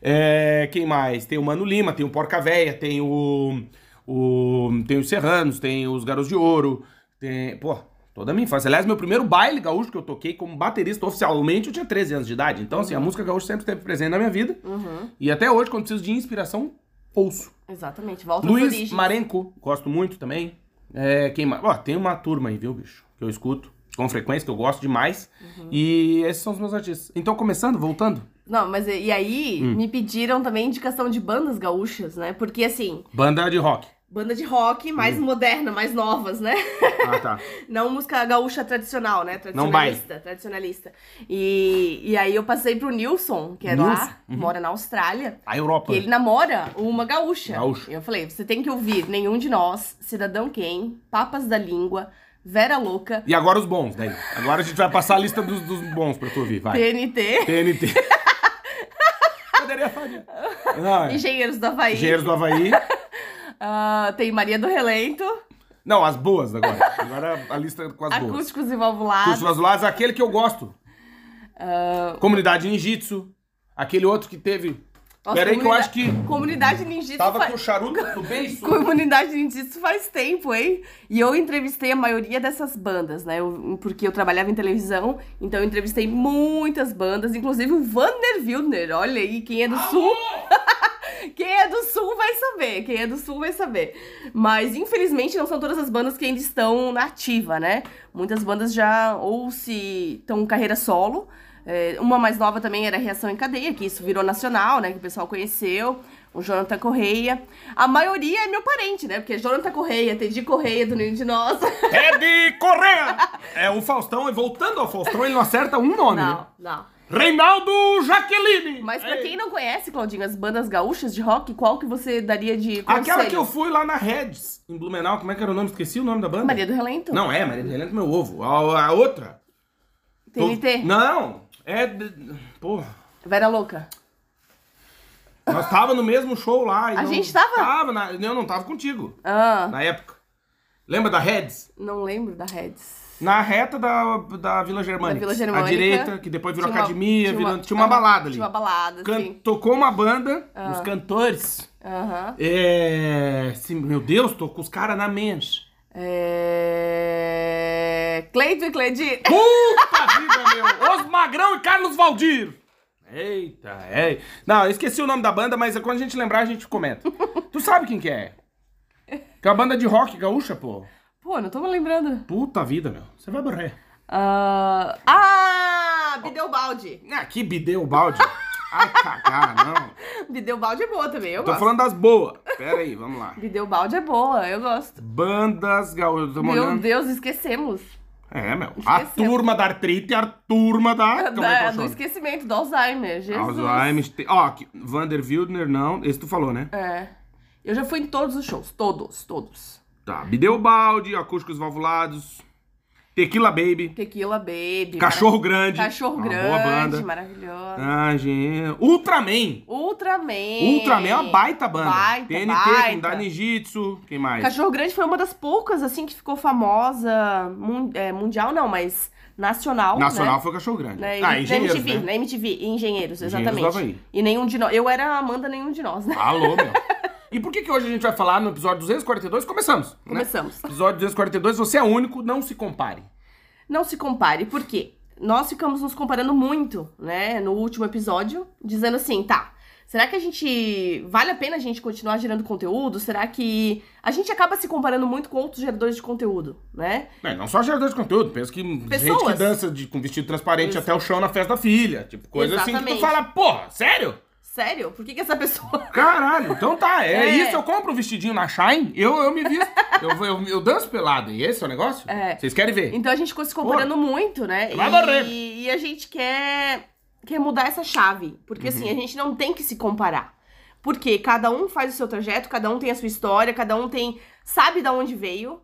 Speaker 1: É, quem mais? Tem o Mano Lima, tem o Porca Véia, tem o. o tem os Serranos, tem os Garotos de Ouro, tem. Pô, toda a minha infância. Aliás, meu primeiro baile gaúcho que eu toquei como baterista oficialmente, eu tinha 13 anos de idade. Então, assim, a música gaúcha sempre esteve presente na minha vida.
Speaker 3: Uhum.
Speaker 1: E até hoje, quando preciso de inspiração, ouço.
Speaker 3: Exatamente. Volta às
Speaker 1: Luiz
Speaker 3: origens.
Speaker 1: Marenco, gosto muito também. É, quem mais? Ó, tem uma turma aí, viu, bicho? Que eu escuto com frequência, que eu gosto demais. E esses são os meus artistas. Então, começando, voltando.
Speaker 3: Não, mas e e aí
Speaker 1: Hum.
Speaker 3: me pediram também indicação de bandas gaúchas, né? Porque assim,
Speaker 1: Banda de rock.
Speaker 3: banda de rock mais
Speaker 1: Hum.
Speaker 3: moderna, mais novas, né?
Speaker 1: Ah, tá.
Speaker 3: Não música gaúcha tradicional, né?
Speaker 1: Não baile.
Speaker 3: Tradicionalista, tradicionalista. E, e aí eu passei pro Nilson, que é
Speaker 1: Nilson? uhum.
Speaker 3: lá, mora na Austrália.
Speaker 1: A Europa.
Speaker 3: E ele namora uma gaúcha.
Speaker 1: Gaúcha.
Speaker 3: Eu falei, você tem que ouvir Nenhum de Nós, Cidadão Quem, Papas da Língua, Vera Louca,
Speaker 1: E agora os bons, daí. Agora a gente vai passar a lista dos, dos bons pra tu ouvir, vai.
Speaker 3: TNT,
Speaker 1: TNT. Poderia falar. Não, é.
Speaker 3: Engenheiros do Havaí.
Speaker 1: Engenheiros do Havaí.
Speaker 3: Ah, tem Maria do Relento,
Speaker 1: Não, as boas agora. Agora a lista com as boas.
Speaker 3: Acústicos e Valvulados.
Speaker 1: Cursos Azulados, aquele que eu gosto.
Speaker 3: Ah,
Speaker 1: Comunidade Ninjitsu. Aquele outro que teve.
Speaker 3: Nossa,
Speaker 1: Peraí, que eu
Speaker 3: comunida-
Speaker 1: acho que
Speaker 3: Comunidade ninjitsu
Speaker 1: tava
Speaker 3: fa-
Speaker 1: com o charuto no beiço.
Speaker 3: Comunidade ninjitsu faz tempo, hein? E eu entrevistei a maioria dessas bandas, né? Eu- porque eu trabalhava em televisão, então eu entrevistei muitas bandas, inclusive o Vander Wilner. Olha aí, quem é do
Speaker 1: Ah,
Speaker 3: Sul. Quem é do Sul vai saber, quem é do Sul vai saber. Mas infelizmente não são todas as bandas que ainda estão na ativa, né? Muitas bandas já ou se estão em carreira solo. É, uma mais nova também era Reação em Cadeia, que isso virou nacional, né? Que o pessoal conheceu. O Jonathan Correia. A maioria é meu parente, né? Porque é Jonathan Correia, Teddy Correia, do Ninho de Nós.
Speaker 1: É de Correia! É o Faustão, e voltando ao Faustão, ele não acerta um nome. né?
Speaker 3: Não, não.
Speaker 1: Reinaldo Jaqueline!
Speaker 3: Mas pra
Speaker 1: Ei.
Speaker 3: quem não conhece, Claudinho, as bandas gaúchas de rock, qual que você daria de conselho?
Speaker 1: Aquela que eu fui lá na Reds, em Blumenau, como é que era o nome? Esqueci o nome da banda.
Speaker 3: Maria do Relento?
Speaker 1: Não, é, Maria do Helena do meu ovo. A, a outra.
Speaker 3: TNT?
Speaker 1: Não, é. de- Porra.
Speaker 3: Vera Louca?
Speaker 1: Nós tava no mesmo show lá. e
Speaker 3: A
Speaker 1: não-
Speaker 3: gente tava?
Speaker 1: Tava, na... eu não tava contigo,
Speaker 3: Ah,
Speaker 1: na época. Lembra da Reds?
Speaker 3: não lembro da Reds.
Speaker 1: Na reta da, da Vila Germânica.
Speaker 3: Da Vila Germânica.
Speaker 1: À direita, que depois virou
Speaker 3: Tinha uma-
Speaker 1: academia,
Speaker 3: tinha
Speaker 1: virou- tinha uma,
Speaker 3: uma- é,
Speaker 1: balada ali.
Speaker 3: Tinha uma balada, assim. Ah.
Speaker 1: Can-
Speaker 3: sim.
Speaker 1: Tocou uma banda, os cantores.
Speaker 3: Aham.
Speaker 1: É. sim, meu Deus, tô com os caras na mente.
Speaker 3: É... Cleito e Cleidi.
Speaker 1: Puta vida, meu! Os Magrão e Carlos Valdir! Eita, é. Não, eu esqueci o nome da banda, mas quando a gente lembrar, a gente comenta. tu sabe quem que é? Que é uma banda de rock gaúcha, pô.
Speaker 3: Pô, não tô me lembrando.
Speaker 1: Puta vida, meu. Você vai morrer.
Speaker 3: Ah, ah Bideobaldi.
Speaker 1: Ah, que bideu o balde. Ai, cagar, não.
Speaker 3: Bideobaldi é boa também, eu
Speaker 1: Tô
Speaker 3: gosto.
Speaker 1: falando das boas. Pera aí, vamos lá.
Speaker 3: Bideobaldi é boa, eu gosto.
Speaker 1: Bandas gaúchas. Tamo
Speaker 3: Meu
Speaker 1: olhando.
Speaker 3: Deus, esquecemos.
Speaker 1: É, meu. A
Speaker 3: Esqueceu. Ah,
Speaker 1: turma da artrite, a turma da. Como
Speaker 3: Da-
Speaker 1: é que
Speaker 3: do
Speaker 1: eu chamo?
Speaker 3: esquecimento, do Alzheimer. Jesus.
Speaker 1: Alzheimer. tem- Ó, aqui, Vander Wildner, não. Esse tu falou, né?
Speaker 3: É. Eu já fui em todos os shows. Todos, todos.
Speaker 1: Tá. Bideobaldi, acústicos valvulados. Tequila Baby.
Speaker 3: Tequila Baby.
Speaker 1: Cachorro
Speaker 3: mara-
Speaker 1: Grande.
Speaker 3: Cachorro
Speaker 1: uma
Speaker 3: Grande.
Speaker 1: Boa banda.
Speaker 3: Maravilhosa.
Speaker 1: Ah, gente. Ultraman.
Speaker 3: Ultraman.
Speaker 1: Ultraman é uma baita banda.
Speaker 3: Baita,
Speaker 1: TNT,
Speaker 3: baita.
Speaker 1: Kundai Ninjitsu. Quem mais?
Speaker 3: Cachorro Grande foi uma das poucas, assim, que ficou famosa. mun- é, mundial não, mas nacional.
Speaker 1: Nacional
Speaker 3: né?
Speaker 1: foi Cachorro Grande.
Speaker 3: Né?
Speaker 1: Ah,
Speaker 3: E-
Speaker 1: engenheiros,
Speaker 3: na MTV,
Speaker 1: né?
Speaker 3: na MTV, e engenheiros,
Speaker 1: Engenheiros do
Speaker 3: exatamente.
Speaker 1: Havaí.
Speaker 3: e nenhum de nós. Eu era a Amanda, nenhum de nós, né?
Speaker 1: Alô, meu. E por que, que hoje a gente vai falar no episódio 242? Começamos. né?
Speaker 3: Começamos.
Speaker 1: Episódio 242, você é único, não se compare.
Speaker 3: Não se compare, por quê? Nós ficamos nos comparando muito, né, no último episódio, dizendo assim, tá, será que a gente. Vale a pena a gente continuar gerando conteúdo? Será que. A gente acaba se comparando muito com outros geradores de conteúdo, né?
Speaker 1: É, não só gerador de conteúdo, penso que gente que
Speaker 3: Pessoas.
Speaker 1: dança de- com vestido transparente
Speaker 3: Isso.
Speaker 1: até o chão na festa da filha. Tipo, coisa assim que tu
Speaker 3: Exatamente.
Speaker 1: fala, porra, sério?
Speaker 3: Sério? Por que, que essa pessoa.
Speaker 1: Caralho, então tá, é,
Speaker 3: É.
Speaker 1: isso, eu compro um vestidinho na Shine, eu, eu me visto, eu, eu, eu danço pelado, e esse é o negócio?
Speaker 3: É.
Speaker 1: Vocês querem ver?
Speaker 3: Então a gente ficou se comparando muito, né?
Speaker 1: Vai morrer.
Speaker 3: E, e a gente quer, quer mudar essa chave. Porque assim, a gente não tem que se comparar. Porque cada um faz o seu trajeto, cada um tem a sua história, cada um tem. sabe da onde veio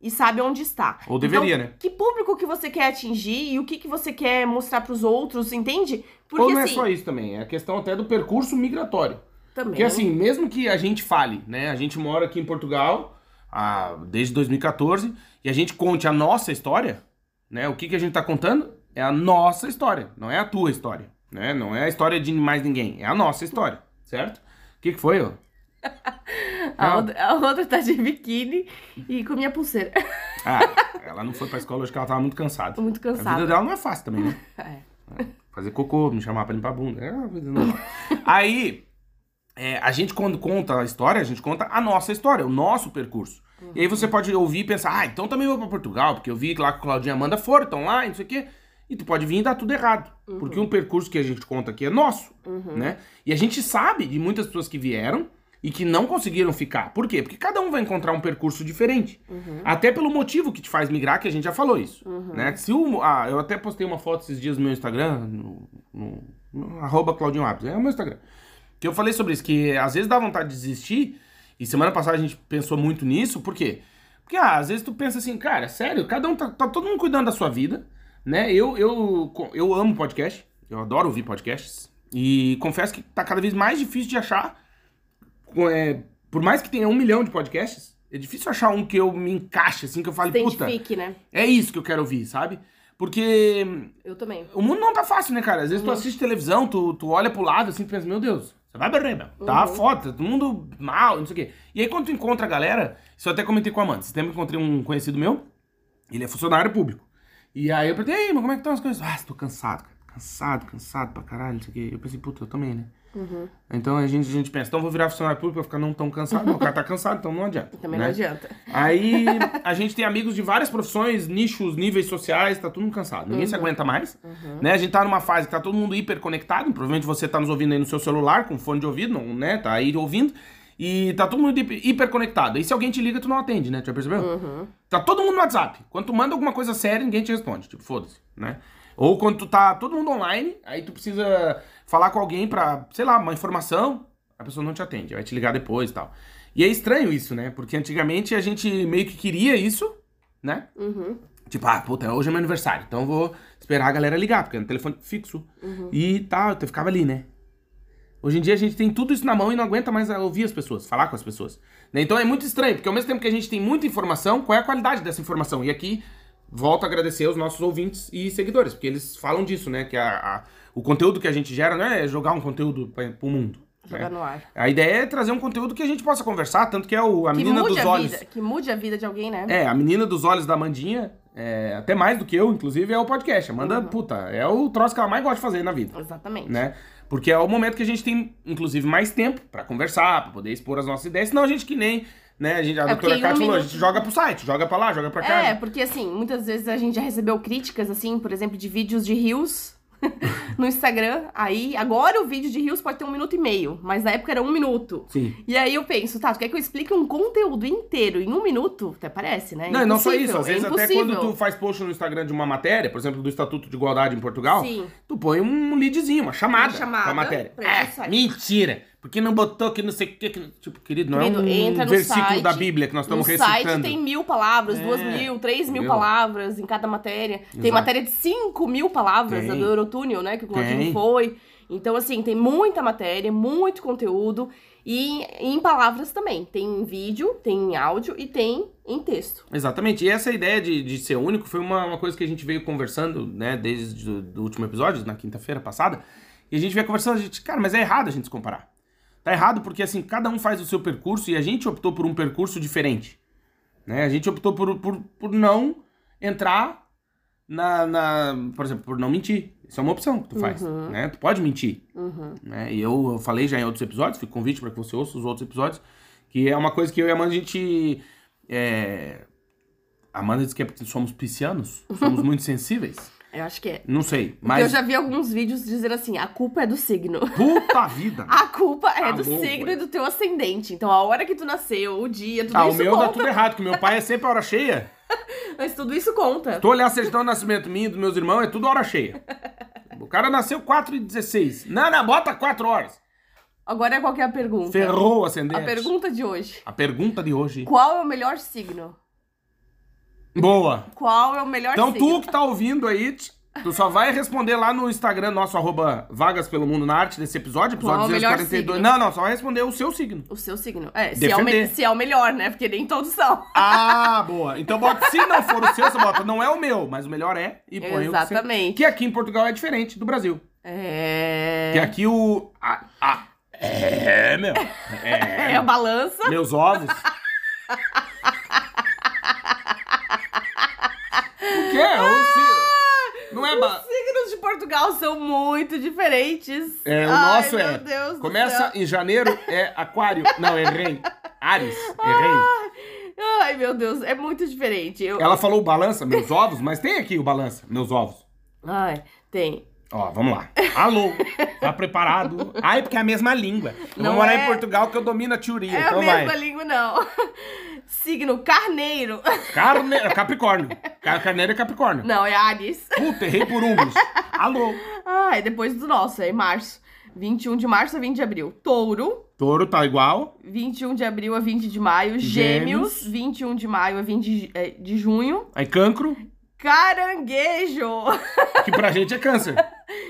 Speaker 3: e sabe onde está. Então,
Speaker 1: Ou deveria, né?
Speaker 3: Que público que você quer atingir e o que, que você quer mostrar pros outros, entende? Porque
Speaker 1: Ou não é
Speaker 3: assim,
Speaker 1: só isso também, é a questão até do percurso migratório.
Speaker 3: também.
Speaker 1: Porque assim, mesmo que a gente fale, né? A gente mora aqui em Portugal ah, desde 2014 e a gente conte a nossa história, né? O que, que a gente tá contando é a nossa história, não é a tua história, né? Não é a história de mais ninguém, é a nossa história, certo? O que, que foi, ó?
Speaker 3: a,
Speaker 1: não.
Speaker 3: outra, né? a outra tá de biquíni e com minha pulseira.
Speaker 1: Ah, ela não foi pra escola hoje porque ela tava muito cansada.
Speaker 3: Tô muito
Speaker 1: A vida
Speaker 3: cansada.
Speaker 1: dela não é fácil também, né?
Speaker 3: É.
Speaker 1: Fazer cocô, me chamar pra limpar a bunda. É uma coisa normal. Aí, é, a gente quando conta a história, a gente conta a nossa história, o nosso percurso. E aí
Speaker 3: Uhum.
Speaker 1: você pode ouvir e pensar, ah, então também vou pra Portugal, porque eu vi que lá com Claudinha e Amanda foram, estão lá, e não sei o quê. E tu pode vir e dar tudo errado.
Speaker 3: Uhum.
Speaker 1: Porque um percurso que a gente conta aqui é nosso, né? E a gente sabe de muitas pessoas que vieram e que não conseguiram ficar. Por quê? Porque cada um vai encontrar um percurso diferente. Até pelo motivo que te faz migrar, que a gente já falou isso. Né? Se o, ah, eu até postei uma foto esses dias no meu Instagram, no, no- no arroba Claudinho Alves, é o meu Instagram. Que eu falei sobre isso, que às vezes dá vontade de desistir, e semana passada a gente pensou muito nisso, por quê? Porque ah, às vezes tu pensa assim, cara, sério, cada um tá, tá todo mundo cuidando da sua vida, né? Eu, eu, co- eu amo podcast, eu adoro ouvir podcasts, e confesso que tá cada vez mais difícil de achar, com- é, por mais que tenha um milhão de podcasts, é difícil achar um que eu me encaixe, assim, que eu fale,
Speaker 3: Se
Speaker 1: puta,
Speaker 3: identifique, né?
Speaker 1: é isso que eu quero ouvir, sabe? Porque
Speaker 3: Eu também.
Speaker 1: o mundo não tá fácil, né, cara? Às
Speaker 3: Uhum.
Speaker 1: vezes tu assiste televisão, tu, tu olha pro lado assim, tu pensa, meu Deus, você vai beber, meu. Tá
Speaker 3: Uhum.
Speaker 1: foda, todo mundo mal, não sei o quê. E aí quando tu encontra a galera, isso eu até comentei com a Amanda, esse tempo eu encontrei um conhecido meu, ele é funcionário público. E aí eu perguntei, "E aí, mas como é que estão as coisas? Ah, tô cansado, cara. Cansado, cansado pra caralho, não sei o quê. Eu pensei, puta, eu também, né?
Speaker 3: Uhum.
Speaker 1: Então a gente, a gente pensa, então eu vou virar funcionário público pra ficar não tão cansado. Não, o cara tá cansado, então não adianta.
Speaker 3: Também
Speaker 1: né?
Speaker 3: não adianta.
Speaker 1: Aí a gente tem amigos de várias profissões, nichos, níveis sociais, tá todo mundo cansado. Ninguém se aguenta mais. Né? A gente tá numa fase que tá todo mundo hiperconectado. Provavelmente você tá nos ouvindo aí no seu celular, com fone de ouvido, não, né? Tá aí ouvindo. E tá todo mundo hiper- hiperconectado. E se alguém te liga, tu não atende, né? Tu já percebeu? Tá todo mundo no WhatsApp. Quando tu manda alguma coisa séria, ninguém te responde. Tipo, foda-se, né? Ou quando tu tá todo mundo online, aí tu precisa falar com alguém pra, sei lá, uma informação, a pessoa não te atende, vai te ligar depois e tal. E é estranho isso, né? Porque antigamente a gente meio que queria isso, né?
Speaker 3: Uhum.
Speaker 1: Tipo, ah, puta, hoje é meu aniversário, então eu vou esperar a galera ligar, porque é no telefone fixo.
Speaker 3: Uhum.
Speaker 1: E tal, eu ficava ali, né? Hoje em dia a gente tem tudo isso na mão e não aguenta mais ouvir as pessoas, falar com as pessoas. né? Então é muito estranho, porque ao mesmo tempo que a gente tem muita informação, qual é a qualidade dessa informação? E aqui volto a agradecer aos nossos ouvintes e seguidores, porque eles falam disso, né? Que a- a- o conteúdo que a gente gera não é jogar um conteúdo pra, pro mundo.
Speaker 3: Jogar
Speaker 1: né?
Speaker 3: no ar.
Speaker 1: A ideia é trazer um conteúdo que a gente possa conversar, tanto que é o, a
Speaker 3: Que
Speaker 1: menina
Speaker 3: mude
Speaker 1: dos
Speaker 3: a
Speaker 1: olhos.
Speaker 3: vida. Que mude a vida de alguém, né?
Speaker 1: É, a menina dos olhos da Mandinha, é, até mais do que eu, inclusive, é o podcast. Amanda,
Speaker 3: Uhum.
Speaker 1: puta, é o troço que ela mais gosta de fazer na vida,
Speaker 3: Exatamente.
Speaker 1: né? Porque é o momento que a gente tem, inclusive, mais tempo pra conversar, pra poder expor as nossas ideias, senão a gente que nem, né, a, gente, a
Speaker 3: É, porque
Speaker 1: doutora
Speaker 3: em um
Speaker 1: Cátia falou, a
Speaker 3: minuto-
Speaker 1: gente joga pro site, joga pra lá, joga pra cá. né?
Speaker 3: É, porque assim, muitas vezes a gente já recebeu críticas, assim, por exemplo, de vídeos de rios no Instagram. Aí, agora o vídeo de rios pode ter um minuto e meio, mas na época era um minuto.
Speaker 1: Sim.
Speaker 3: E aí eu penso, tá, tu quer que eu explique um conteúdo inteiro em um minuto? Até parece, né?
Speaker 1: Não, e não só isso,
Speaker 3: Impossível,
Speaker 1: às
Speaker 3: é
Speaker 1: vezes até
Speaker 3: impossível.
Speaker 1: quando tu faz post no Instagram de uma matéria, por exemplo, do Estatuto de Igualdade em Portugal,
Speaker 3: Sim.
Speaker 1: tu põe um leadzinho, uma chamada,
Speaker 3: Uma chamada
Speaker 1: pra matéria.
Speaker 3: pra ir pro
Speaker 1: ah,
Speaker 3: site.
Speaker 1: mentira! Porque não botou que não sei o que. que- Tipo, querido, não
Speaker 3: Querido,
Speaker 1: é um
Speaker 3: entra no
Speaker 1: versículo
Speaker 3: site,
Speaker 1: da Bíblia que nós
Speaker 3: No
Speaker 1: estamos recitando.
Speaker 3: Um site tem mil palavras,
Speaker 1: É,
Speaker 3: duas mil, três mil
Speaker 1: entendeu?
Speaker 3: palavras em cada matéria. Tem
Speaker 1: Exato.
Speaker 3: matéria de cinco mil palavras,
Speaker 1: Tem.
Speaker 3: a do Eurotúnel, né? Que o
Speaker 1: Tem.
Speaker 3: Claudinho foi. Então, assim, tem muita matéria, muito conteúdo. E em palavras também. Tem em vídeo, tem em áudio e tem em texto.
Speaker 1: Exatamente. E essa ideia de, de ser único foi uma, uma coisa que a gente veio conversando, né, desde o do último episódio, na quinta-feira passada. E a gente veio conversando, a gente, cara, mas é errado a gente se comparar. Tá errado porque, assim, cada um faz o seu percurso e a gente optou por um percurso diferente. Né? A gente optou por, por, por não entrar na, na- Por exemplo, por não mentir. Isso é uma opção que tu faz. Né? Tu pode mentir. Né? E eu, eu falei já em outros episódios, fico convite para que você ouça os outros episódios, que é uma coisa que eu e a Amanda, a gente. É... a Amanda diz que é porque somos piscianos, somos muito sensíveis.
Speaker 3: Eu acho que é.
Speaker 1: Não sei,
Speaker 3: Porque Eu
Speaker 1: mas.
Speaker 3: já vi alguns vídeos dizendo assim, a culpa é do signo.
Speaker 1: Puta vida!
Speaker 3: A culpa é
Speaker 1: Tá
Speaker 3: do
Speaker 1: bom,
Speaker 3: signo
Speaker 1: ué.
Speaker 3: e do teu ascendente. Então, a hora que tu nasceu, o dia, tudo
Speaker 1: Ah, o
Speaker 3: isso
Speaker 1: meu dá
Speaker 3: conta.
Speaker 1: tudo errado, que meu pai é sempre a hora cheia.
Speaker 3: Mas tudo isso conta.
Speaker 1: Tu olhar a certidão de nascimento minha e dos meus irmãos, é tudo hora cheia. O cara nasceu 4 e 16. Não, não, bota 4 horas.
Speaker 3: Agora, qual que é a pergunta?
Speaker 1: Ferrou o ascendente.
Speaker 3: A pergunta de hoje.
Speaker 1: A pergunta de hoje.
Speaker 3: Qual é o melhor signo?
Speaker 1: Boa.
Speaker 3: Qual é o melhor
Speaker 1: Então
Speaker 3: signo?
Speaker 1: tu que tá ouvindo aí, t- tu só vai responder lá no Instagram nosso, arroba Vagas Pelo Mundo na Arte, desse episódio, episódio
Speaker 3: Qual o melhor
Speaker 1: 242.
Speaker 3: signo?
Speaker 1: Não, não, só vai responder o seu signo.
Speaker 3: O seu signo. É, se é, o me-
Speaker 1: Defender.
Speaker 3: se é o melhor, né? Porque nem todos são.
Speaker 1: Ah, boa. Então bota, se não for o seu, você bota, não é o meu, mas o melhor é, e põe o seu.
Speaker 3: Exatamente.
Speaker 1: Que aqui em Portugal é diferente do Brasil.
Speaker 3: É.
Speaker 1: Que aqui o... Ah, ah, é, meu.
Speaker 3: É a balança.
Speaker 1: Meus ovos. o quê? O si- Não é... Ba...
Speaker 3: Os signos de Portugal são muito diferentes.
Speaker 1: É, o
Speaker 3: Ai,
Speaker 1: nosso
Speaker 3: meu
Speaker 1: é.
Speaker 3: Deus do
Speaker 1: começa
Speaker 3: céu.
Speaker 1: em janeiro, é aquário. Não, errei. Ares,
Speaker 3: Ah.
Speaker 1: errei.
Speaker 3: Ai, meu Deus, é muito diferente. Eu...
Speaker 1: Ela falou balança, meus ovos, mas tem aqui o balança, meus ovos.
Speaker 3: Ai, tem.
Speaker 1: Ó, vamos lá. Alô, tá preparado? Ai, porque é a mesma língua. Eu vou
Speaker 3: Não
Speaker 1: morar
Speaker 3: é.
Speaker 1: em Portugal que eu domino a teoria,
Speaker 3: É a
Speaker 1: então
Speaker 3: mesma
Speaker 1: vai.
Speaker 3: língua, não. Signo carneiro.
Speaker 1: Carne... é Capricórnio. Ca- Carneiro é Capricórnio.
Speaker 3: Não, é Ares.
Speaker 1: Puta, errei por um, bicho. Alô.
Speaker 3: Ah, é depois do nosso, é em março. 21 de março a 20 de abril. Touro,
Speaker 1: Touro tá igual.
Speaker 3: 21 de abril a 20 de maio.
Speaker 1: Gêmeos.
Speaker 3: Gêmeos, 21 de maio a 20 de, eh, de junho.
Speaker 1: Aí cancro,
Speaker 3: Caranguejo!
Speaker 1: que pra gente é câncer.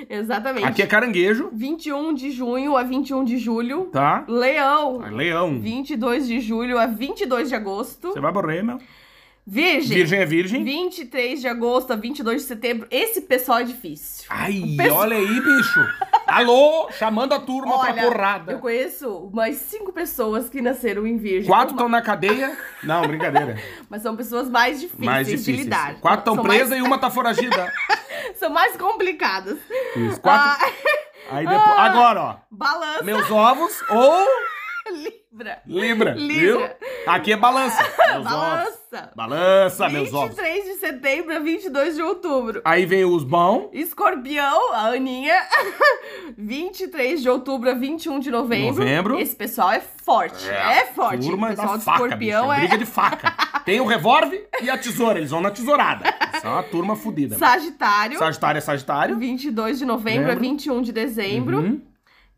Speaker 3: Exatamente.
Speaker 1: Aqui é caranguejo,
Speaker 3: 21 de junho a 21 de julho.
Speaker 1: tá?
Speaker 3: Leão,
Speaker 1: Aí Leão.
Speaker 3: 22 de julho a 22 de agosto.
Speaker 1: Você vai morrer, meu.
Speaker 3: Virgem,
Speaker 1: Virgem é virgem.
Speaker 3: 23 de agosto a 22 de setembro. Esse pessoal é difícil.
Speaker 1: Ai,
Speaker 3: Pessoal-
Speaker 1: olha aí, bicho. Alô, chamando a turma pra
Speaker 3: eu
Speaker 1: porrada.
Speaker 3: conheço mais cinco pessoas que nasceram em Virgem.
Speaker 1: Quatro
Speaker 3: Uma-
Speaker 1: estão na cadeia. Não, brincadeira.
Speaker 3: Mas são pessoas mais difíceis,
Speaker 1: Mais
Speaker 3: de
Speaker 1: difíceis.
Speaker 3: lidar.
Speaker 1: Quatro estão
Speaker 3: São
Speaker 1: presas
Speaker 3: mais-
Speaker 1: e uma tá foragida.
Speaker 3: São mais complicadas.
Speaker 1: Isso, quatro.
Speaker 3: Ah,
Speaker 1: Aí depois. Agora, ó.
Speaker 3: balança,
Speaker 1: Meus ovos ou
Speaker 3: Libra.
Speaker 1: Libra.
Speaker 3: Libra.
Speaker 1: Viu? Aqui é balança. Meus ovos.
Speaker 3: Balança.
Speaker 1: Balança, meus ovos.
Speaker 3: 23 de setembro a 22 de outubro.
Speaker 1: Aí vem os bons.
Speaker 3: Escorpião, a Aninha. 23 de outubro a 21 de novembro.
Speaker 1: Novembro.
Speaker 3: Esse pessoal é forte. É, forte.
Speaker 1: Turma
Speaker 3: o pessoal
Speaker 1: da
Speaker 3: de
Speaker 1: faca,
Speaker 3: escorpião
Speaker 1: bicho,
Speaker 3: é.
Speaker 1: Briga de faca. Tem o revólver e a tesoura. Eles vão na tesourada. São uma turma fodida.
Speaker 3: Sagitário.
Speaker 1: Sagitário é Sagitário.
Speaker 3: 22 de novembro a
Speaker 1: Lembro.
Speaker 3: 21 de dezembro.
Speaker 1: Uhum.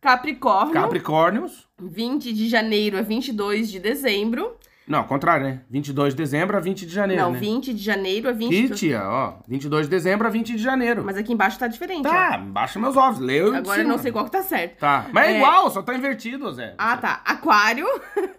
Speaker 3: Capricórnio.
Speaker 1: Capricórnios.
Speaker 3: 20 de janeiro a 22 de dezembro.
Speaker 1: Não, ao contrário, né? 22 de dezembro a 20 de janeiro,
Speaker 3: Não,
Speaker 1: né?
Speaker 3: 20 de janeiro a 20
Speaker 1: Ih, tia, ó. 22 de dezembro a 20 de janeiro.
Speaker 3: Mas aqui embaixo tá diferente,
Speaker 1: Tá, baixa meus ovos. Leu
Speaker 3: ó.
Speaker 1: de
Speaker 3: Agora eu
Speaker 1: cima.
Speaker 3: não sei qual que tá certo.
Speaker 1: Tá, mas é,
Speaker 3: É.
Speaker 1: igual, só tá invertido, Zé.
Speaker 3: Ah, tá. Aquário,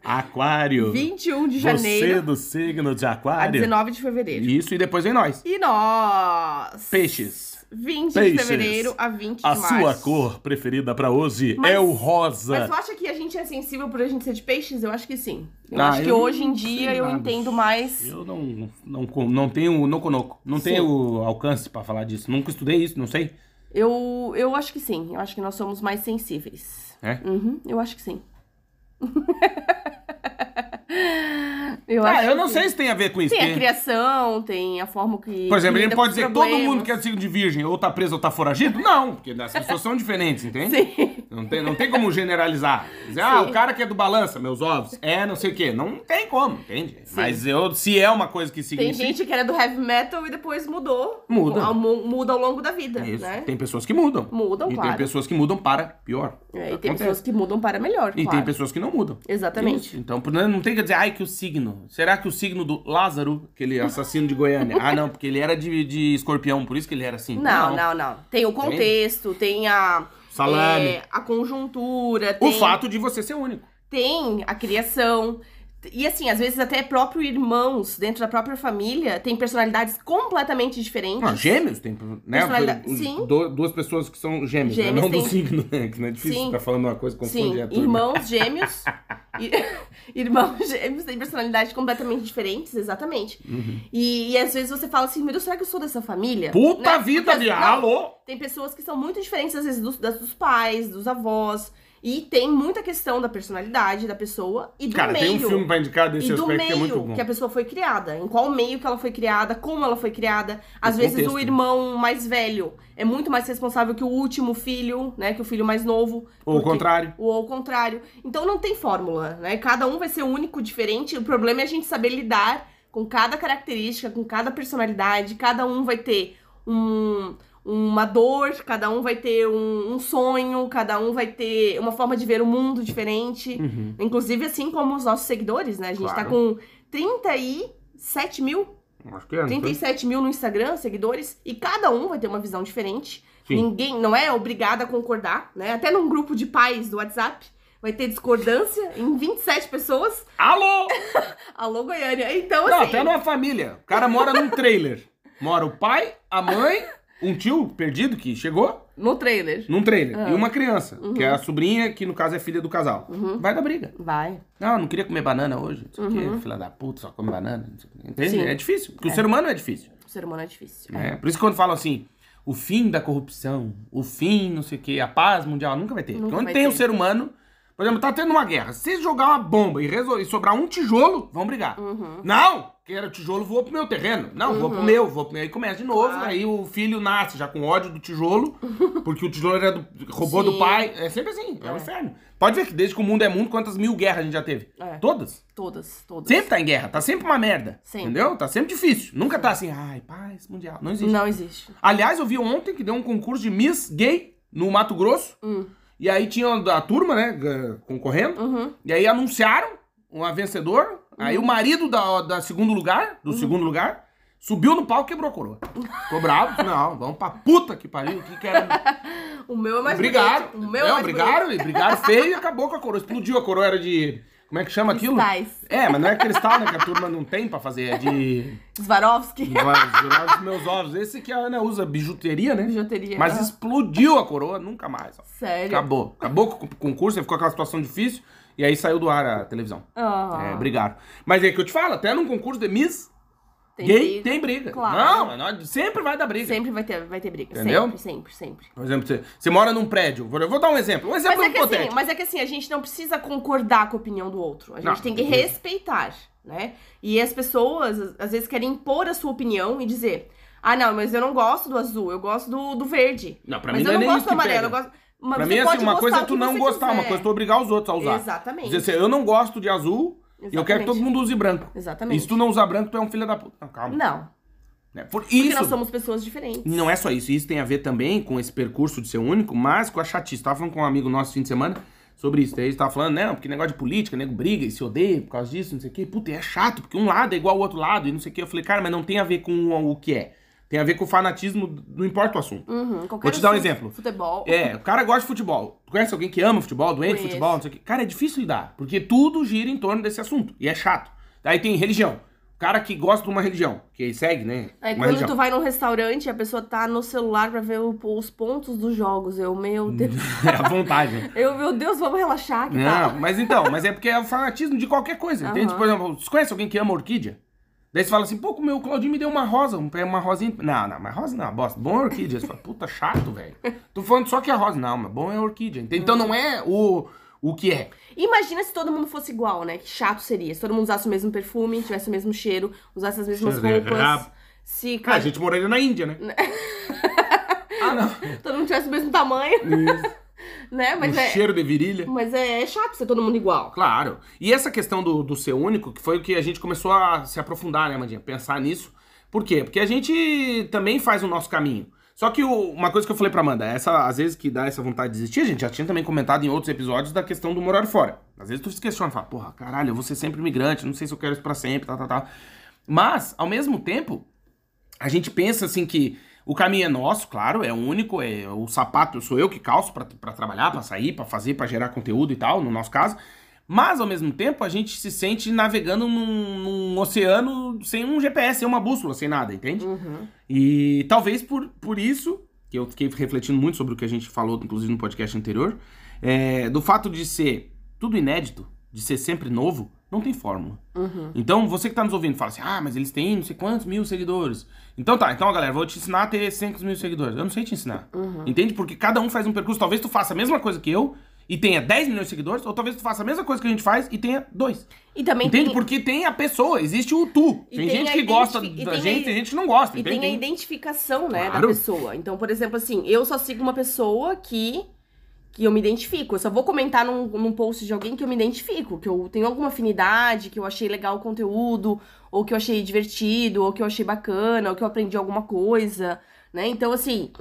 Speaker 1: Aquário. é
Speaker 3: 21 de janeiro
Speaker 1: do signo de
Speaker 3: a
Speaker 1: aquário.
Speaker 3: 19 de fevereiro.
Speaker 1: Isso, e depois vem nós.
Speaker 3: E nós...
Speaker 1: Peixes.
Speaker 3: 20 de
Speaker 1: Peixes.
Speaker 3: fevereiro a 20 de março.
Speaker 1: preferida pra hoje é
Speaker 3: Mas- Mas
Speaker 1: rosa.
Speaker 3: tu acha que a gente é sensível por a gente ser de peixes? Eu acho que sim. Eu
Speaker 1: Ah,
Speaker 3: acho que
Speaker 1: eu
Speaker 3: hoje em
Speaker 1: não
Speaker 3: dia
Speaker 1: sei
Speaker 3: eu
Speaker 1: nada.
Speaker 3: entendo mais...
Speaker 1: Eu não, não, con- não tenho, não conoco, não
Speaker 3: Sim.
Speaker 1: tenho alcance pra falar disso. Nunca estudei isso, não sei.
Speaker 3: Eu, eu acho que sim. Eu acho que nós somos mais sensíveis.
Speaker 1: É?
Speaker 3: Uhum, eu acho que sim. eu
Speaker 1: ah,
Speaker 3: acho
Speaker 1: eu
Speaker 3: que
Speaker 1: não
Speaker 3: sim.
Speaker 1: sei se tem a ver com isso.
Speaker 3: Tem a
Speaker 1: porque-
Speaker 3: criação, tem a forma que.
Speaker 1: Por exemplo,
Speaker 3: que
Speaker 1: ele
Speaker 3: lida
Speaker 1: pode
Speaker 3: com
Speaker 1: dizer
Speaker 3: os
Speaker 1: que todo
Speaker 3: problemas.
Speaker 1: mundo que é de signo de virgem ou tá preso ou tá foragido? Não, porque as pessoas são diferentes, entende?
Speaker 3: Sim.
Speaker 1: Não tem, não tem como generalizar. Dizer, ah,
Speaker 3: Sim.
Speaker 1: o cara que é do balança, meus ovos, é não sei o quê. Não tem como, entende? Mas eu, se é uma coisa que
Speaker 3: Tem
Speaker 1: significa.
Speaker 3: gente que era do heavy metal e depois mudou.
Speaker 1: Muda.
Speaker 3: Ao, mu- muda ao longo da vida,
Speaker 1: É isso.
Speaker 3: né?
Speaker 1: Tem pessoas que mudam.
Speaker 3: Mudam,
Speaker 1: e
Speaker 3: claro.
Speaker 1: tem pessoas que mudam para pior.
Speaker 3: É, e tem
Speaker 1: Acontece.
Speaker 3: pessoas que mudam para melhor.
Speaker 1: E
Speaker 3: claro.
Speaker 1: tem pessoas que não mudam.
Speaker 3: Exatamente.
Speaker 1: Isso. Então, por- não tem que dizer, ai, que o signo. Será que o signo do Lázaro, aquele assassino de Goiânia? ah, não, porque ele era de, de escorpião, por isso que ele era assim.
Speaker 3: Não, não, não. Tem o contexto, tem a.
Speaker 1: Salame.
Speaker 3: é, a conjuntura,
Speaker 1: O
Speaker 3: tem,
Speaker 1: fato de você ser único.
Speaker 3: tem a criação, E assim, às vezes até próprio irmãos dentro da própria família têm personalidades completamente diferentes.
Speaker 1: Não, gêmeos tem, né?
Speaker 3: Personalidade-
Speaker 1: Os-
Speaker 3: Sim.
Speaker 1: do- duas pessoas que são gêmeos, né?
Speaker 3: Gêmeos
Speaker 1: não do
Speaker 3: tem-
Speaker 1: signo, né? Que não é difícil
Speaker 3: Sim.
Speaker 1: ficar falando uma coisa confundir
Speaker 3: Sim,
Speaker 1: a turma.
Speaker 3: irmãos gêmeos. i- irmãos gêmeos têm personalidades completamente diferentes, exatamente.
Speaker 1: Uhum.
Speaker 3: E, e às vezes você fala assim, meu Deus, será que eu sou dessa família?
Speaker 1: Puta
Speaker 3: Né?
Speaker 1: vida,
Speaker 3: Porque,
Speaker 1: viado!
Speaker 3: não,
Speaker 1: Alô!
Speaker 3: Tem pessoas que são muito diferentes, às vezes, dos, das- dos pais, dos avós. E tem muita questão da personalidade da pessoa e do
Speaker 1: Cara,
Speaker 3: meio.
Speaker 1: tem um filme pra indicar desse
Speaker 3: E do
Speaker 1: aspecto que é
Speaker 3: meio
Speaker 1: muito bom.
Speaker 3: que a pessoa foi criada, em qual meio que ela foi criada, como ela foi criada. Às
Speaker 1: O
Speaker 3: vezes
Speaker 1: contexto,
Speaker 3: o
Speaker 1: né?
Speaker 3: irmão mais velho é muito mais responsável que o último filho, né? Que o filho mais novo.
Speaker 1: Ou o
Speaker 3: porque-
Speaker 1: contrário.
Speaker 3: Ou ao contrário. Então não tem fórmula, né? Cada um vai ser único, diferente. O problema é a gente saber lidar com cada característica, com cada personalidade. Cada um vai ter um, uma dor, cada um vai ter um, um sonho, cada um vai ter uma forma de ver o mundo diferente.
Speaker 1: Uhum.
Speaker 3: Inclusive, assim como os nossos seguidores, né? A gente tá
Speaker 1: Claro.
Speaker 3: com 37 mil,
Speaker 1: Acho que é. não foi?
Speaker 3: 37 mil no Instagram, seguidores, e cada um vai ter uma visão diferente.
Speaker 1: Sim.
Speaker 3: Ninguém não é obrigado a concordar, né? Até num grupo de pais do WhatsApp vai ter discordância em 27 pessoas.
Speaker 1: Alô!
Speaker 3: Alô, Goiânia. Então,
Speaker 1: Não,
Speaker 3: assim.
Speaker 1: até numa família. O cara mora num trailer. Mora o pai, a mãe, um tio perdido que chegou
Speaker 3: No trailer.
Speaker 1: num trailer.
Speaker 3: Ah.
Speaker 1: E uma criança, que
Speaker 3: Uhum.
Speaker 1: é a sobrinha, que no caso é filha do casal. Vai dar briga.
Speaker 3: Vai.
Speaker 1: Não, não queria comer banana hoje. Não sei o quê, filha da puta, só come banana. não sei o quê. Entende?
Speaker 3: Sim.
Speaker 1: É difícil. Porque o ser humano é difícil.
Speaker 3: O ser humano é difícil.
Speaker 1: né? Por isso que quando falam assim, o fim da corrupção, o fim, não sei o quê, a paz mundial, nunca vai ter.
Speaker 3: Nunca
Speaker 1: Porque onde
Speaker 3: vai
Speaker 1: tem o
Speaker 3: ter.
Speaker 1: ser humano, por exemplo, tá tendo uma guerra. Se jogar uma bomba e, resol- e sobrar um tijolo, vão brigar.
Speaker 3: Uhum.
Speaker 1: Não! Que era tijolo, voou pro meu terreno. Não, voou pro meu, voou pro meu. Aí começa de novo,
Speaker 3: Claro.
Speaker 1: aí o filho nasce já com ódio do tijolo, porque o tijolo era do, roubou do
Speaker 3: Sim.
Speaker 1: pai. É sempre assim, é, um
Speaker 3: É.
Speaker 1: inferno. Pode ver que desde que o mundo é mundo, quantas mil guerras a gente já teve?
Speaker 3: É.
Speaker 1: Todas.
Speaker 3: Todas, todas.
Speaker 1: Sempre tá em guerra, tá sempre uma merda.
Speaker 3: Sempre.
Speaker 1: Entendeu? Tá sempre difícil. Nunca tá assim, ai, paz mundial. Não existe.
Speaker 3: Não existe.
Speaker 1: Aliás, eu vi ontem que deu um concurso de Miss Gay no Mato Grosso.
Speaker 3: Hum.
Speaker 1: E aí tinha a turma, né, g- concorrendo.
Speaker 3: Uhum.
Speaker 1: E aí anunciaram uma vencedora. Aí o marido da, da segundo lugar,
Speaker 3: Uhum.
Speaker 1: do segundo lugar, subiu no palco e quebrou a coroa. Ficou bravo. Não, vamos pra puta que pariu. Que que era...
Speaker 3: O meu é mais
Speaker 1: brigaram.
Speaker 3: bonito. O meu é
Speaker 1: não,
Speaker 3: mais
Speaker 1: brigaram, e brigaram feio e acabou com a coroa. Explodiu a coroa, era de... Como é que chama aquilo?
Speaker 3: Cristais.
Speaker 1: É, mas não é cristal, né? Que a turma não tem pra fazer. É de...
Speaker 3: bonito. Swarovski.
Speaker 1: Vai jurar os meus ovos. Esse que a Ana usa, bijuteria, né?
Speaker 3: Bijuteria.
Speaker 1: Mas
Speaker 3: Ah.
Speaker 1: explodiu a coroa, nunca mais. Ó.
Speaker 3: Sério.
Speaker 1: Acabou. Acabou com o concurso, aí ficou aquela situação difícil. E aí saiu do ar a televisão.
Speaker 3: Ah,
Speaker 1: É, brigaram. Mas é que eu te falo, até num concurso de Miss
Speaker 3: tem
Speaker 1: Gay
Speaker 3: briga.
Speaker 1: tem briga.
Speaker 3: Claro.
Speaker 1: Não, mas nós- sempre vai dar briga.
Speaker 3: Sempre vai ter, vai ter briga.
Speaker 1: Entendeu?
Speaker 3: Sempre, sempre, sempre.
Speaker 1: Por exemplo, você, você mora num prédio. Vou- Eu vou dar um exemplo. Um
Speaker 3: Mas
Speaker 1: exemplo
Speaker 3: é, que assim,
Speaker 1: hipotético.
Speaker 3: mas é que assim, a gente não precisa concordar com a opinião do outro. A gente
Speaker 1: Não,
Speaker 3: tem que
Speaker 1: beleza.
Speaker 3: respeitar, né? E as pessoas, às- às vezes, querem impor a sua opinião e dizer: ah, não, mas eu não gosto do azul, eu gosto do, do verde.
Speaker 1: Não, pra
Speaker 3: mas
Speaker 1: mim
Speaker 3: eu
Speaker 1: não é
Speaker 3: não
Speaker 1: nem
Speaker 3: gosto
Speaker 1: isso
Speaker 3: do
Speaker 1: que
Speaker 3: amarelo, eu
Speaker 1: pega.
Speaker 3: gosto. Mas
Speaker 1: pra
Speaker 3: você
Speaker 1: mim,
Speaker 3: pode
Speaker 1: assim, uma
Speaker 3: gostar
Speaker 1: coisa é
Speaker 3: do
Speaker 1: tu
Speaker 3: que
Speaker 1: não
Speaker 3: você
Speaker 1: gostar, uma
Speaker 3: quiser.
Speaker 1: coisa é tu obrigar os outros a usar.
Speaker 3: Exatamente.
Speaker 1: Dizer assim, eu não gosto de azul e eu quero que
Speaker 3: Exatamente.
Speaker 1: todo mundo use branco.
Speaker 3: Exatamente.
Speaker 1: E se tu não usar branco, tu é um filho da puta. Não, calma.
Speaker 3: Não,
Speaker 1: Né? Por
Speaker 3: porque
Speaker 1: isso.
Speaker 3: nós somos pessoas diferentes.
Speaker 1: Não é só isso. Isso tem a ver também com esse percurso de ser único, mas com a chatice. Tava falando com um amigo nosso fim de semana sobre isso. Daí ele tava falando, não, porque negócio de política, nego briga e se odeia por causa disso, não sei o quê. Puta, e é chato, porque um lado é igual ao outro lado e não sei o quê. Eu falei, cara, mas não tem a ver com o que é. Tem a ver com o fanatismo, não importa o assunto.
Speaker 3: Uhum, qualquer
Speaker 1: Vou te dar um
Speaker 3: assunto,
Speaker 1: exemplo.
Speaker 3: Futebol.
Speaker 1: É, o cara gosta de futebol. Tu conhece alguém que ama futebol, doente de
Speaker 3: Conheço.
Speaker 1: futebol, não sei o quê? Cara, é difícil lidar, porque tudo gira em torno desse assunto. E é chato. Daí tem religião. O cara que gosta de uma religião, que segue, né?
Speaker 3: É,
Speaker 1: uma
Speaker 3: quando
Speaker 1: religião.
Speaker 3: tu vai num restaurante e a pessoa tá no celular pra ver o- os pontos dos jogos. Eu, meu Deus.
Speaker 1: É a vontade, né?
Speaker 3: Eu, meu Deus, vamos relaxar que tá.
Speaker 1: Não, mas então, mas é porque é o fanatismo de qualquer coisa, entende?
Speaker 3: Aham.
Speaker 1: Por exemplo, você conhece alguém que ama orquídea? Daí você fala assim, pô, meu, o Claudinho me deu uma rosa, um- uma rosinha. Não, não, mas rosa não, é uma bosta. Bom é orquídea. Você fala, puta, chato, velho. Tô falando só que é rosa. Não, mas bom é orquídea. entende? Então não é o, o que é.
Speaker 3: Imagina se todo mundo fosse igual, né? Que chato seria. Se todo mundo usasse o mesmo perfume, tivesse o mesmo cheiro, usasse as mesmas
Speaker 1: Cheiro de
Speaker 3: roupas.
Speaker 1: rabo.
Speaker 3: Se
Speaker 1: Ah, a
Speaker 3: cara,
Speaker 1: gente moraria na Índia, né? ah, não.
Speaker 3: todo mundo tivesse o mesmo tamanho, né? Mas
Speaker 1: o
Speaker 3: é,
Speaker 1: cheiro de virilha.
Speaker 3: mas é chato ser todo mundo igual.
Speaker 1: Claro. E essa questão do, do ser único, que foi o que a gente começou a se aprofundar, né, Mandinha? Pensar nisso. Por quê? Porque a gente também faz o nosso caminho. Só que o- uma coisa que eu falei pra Amanda, essa, às vezes que dá essa vontade de desistir, a gente já tinha também comentado em outros episódios da questão do morar fora. Às vezes tu se questiona, fala, porra, caralho, eu vou ser sempre imigrante, não sei se eu quero isso pra sempre, tá, tá, tá. Mas, ao mesmo tempo, a gente pensa assim que o caminho é nosso, claro, é único, é o sapato sou eu que calço pra pra trabalhar, pra sair, pra fazer, pra gerar conteúdo e tal, no nosso caso. Mas, ao mesmo tempo, a gente se sente navegando num, num oceano sem um GPS, sem uma bússola, sem nada, entende? E talvez por, por isso, que eu fiquei refletindo muito sobre o que a gente falou, inclusive no podcast anterior, é, do fato de ser tudo inédito, de ser sempre novo, não tem fórmula.
Speaker 3: Uhum.
Speaker 1: Então, você que tá nos ouvindo, fala assim, ah, mas eles têm não sei quantos mil seguidores. Então tá, então, galera, vou te ensinar a ter 100 mil seguidores. Eu não sei te ensinar.
Speaker 3: Uhum.
Speaker 1: Entende? Porque cada um faz um percurso. Talvez tu faça a mesma coisa que eu e tenha 10 milhões de seguidores, ou talvez tu faça a mesma coisa que a gente faz e tenha dois.
Speaker 3: E também
Speaker 1: Entende?
Speaker 3: tem...
Speaker 1: Porque tem a pessoa, existe o tu.
Speaker 3: E
Speaker 1: tem,
Speaker 3: tem
Speaker 1: gente
Speaker 3: a
Speaker 1: que gosta
Speaker 3: identifi- e
Speaker 1: da
Speaker 3: tem a-
Speaker 1: gente, tem gente que não gosta.
Speaker 3: E
Speaker 1: entende?
Speaker 3: tem a identificação, né,
Speaker 1: Claro.
Speaker 3: da pessoa. Então, por exemplo, assim, eu só sigo uma pessoa que, que eu me identifico. Eu só vou comentar num, num post de alguém que eu me identifico, que eu tenho alguma afinidade, que eu achei legal o conteúdo, ou que eu achei divertido, ou que eu achei bacana, ou que eu aprendi alguma coisa, né? Então, assim,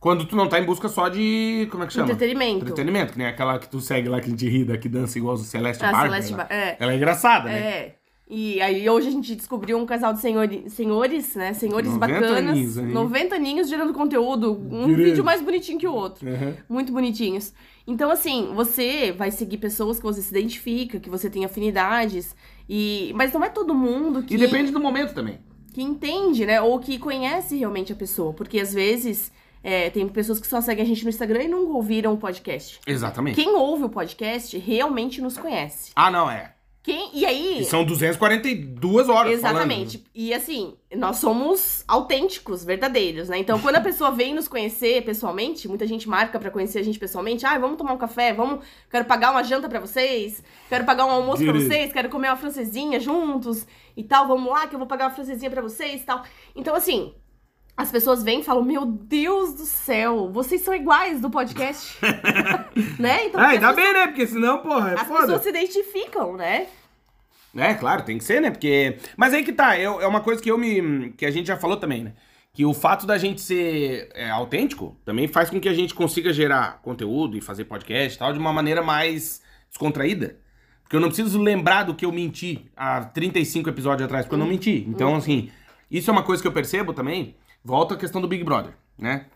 Speaker 1: Quando tu não tá em busca só de. Como é que chama?
Speaker 3: entretenimento.
Speaker 1: Entretenimento, que nem aquela que tu segue lá, que a gente ri, da que dança igual o Celeste
Speaker 3: Ah,
Speaker 1: Barber.
Speaker 3: Celeste
Speaker 1: ela,
Speaker 3: Bar- é.
Speaker 1: ela é engraçada, né?
Speaker 3: É. E aí hoje a gente descobriu um casal de senhori- senhores, né? Senhores
Speaker 1: 90
Speaker 3: bacanas.
Speaker 1: aninhos aí.
Speaker 3: 90 aninhos gerando conteúdo. Um
Speaker 1: Direito.
Speaker 3: vídeo mais bonitinho que o outro.
Speaker 1: Uhum.
Speaker 3: Muito bonitinhos. Então, assim, você vai seguir pessoas que você se identifica, que você tem afinidades. E... Mas não é todo mundo que,
Speaker 1: E depende do momento também.
Speaker 3: que entende, né? Ou que conhece realmente a pessoa. Porque às vezes é, tem pessoas que só seguem a gente no Instagram e nunca ouviram o podcast.
Speaker 1: Exatamente.
Speaker 3: Quem ouve o podcast realmente nos conhece.
Speaker 1: Ah, não, é.
Speaker 3: Quem... E aí.
Speaker 1: E são 242 horas.
Speaker 3: Exatamente. E assim, nós somos autênticos, verdadeiros, né? Então, quando a pessoa vem nos conhecer pessoalmente, muita gente marca pra conhecer a gente pessoalmente. Ah, vamos tomar um café, vamos. Quero pagar uma janta pra vocês, quero pagar um almoço pra
Speaker 1: Direito.
Speaker 3: vocês, quero comer uma francesinha juntos e tal. Vamos lá, que eu vou pagar uma francesinha pra vocês e tal. Então, assim. As pessoas vêm e falam, meu Deus do céu, vocês são iguais do podcast. né?
Speaker 1: Falando. Ah,
Speaker 3: Então, porque
Speaker 1: ainda
Speaker 3: as,
Speaker 1: bem, né? Porque senão, porra, é
Speaker 3: as
Speaker 1: foda.
Speaker 3: pessoas se identificam, né?
Speaker 1: É, claro, tem que ser, né? Porque. Mas aí que tá, eu- é uma coisa que eu me. que a gente já falou também, né? Que o fato da gente ser é, autêntico também faz com que a gente consiga gerar conteúdo e fazer podcast e tal de uma maneira mais descontraída. Porque eu não preciso lembrar do que eu menti há 35 episódios atrás, porque eu não
Speaker 3: Uhum.
Speaker 1: menti. Então, assim, isso é uma coisa que eu percebo também. Volta à questão do Big Brother, né?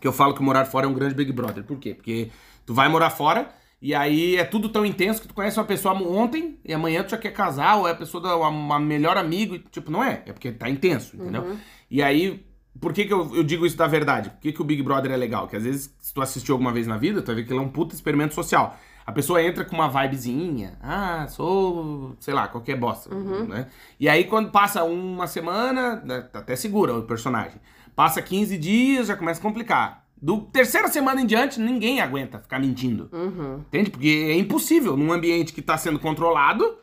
Speaker 1: que eu falo que morar fora é um grande Big Brother. Por quê? Porque tu vai morar fora e aí é tudo tão intenso que tu conhece uma pessoa ontem e amanhã tu já quer casar ou é a pessoa da uma, uma melhor amigo. e, Tipo, não é. É porque tá intenso, entendeu? E aí, por que que eu, eu digo isso da verdade? Por que que o Big Brother é legal? Que às vezes, se tu assistiu alguma vez na vida, tu vai ver que ele é um puta experimento social. A pessoa entra com uma vibezinha, ah, sou, sei lá, qualquer bosta, né? E aí quando passa uma semana, né, até segura o personagem. Passa 15 dias, já começa a complicar. Do terceira semana em diante, ninguém aguenta ficar mentindo.
Speaker 3: Uhum.
Speaker 1: Entende? Porque é impossível, num ambiente que tá sendo controlado,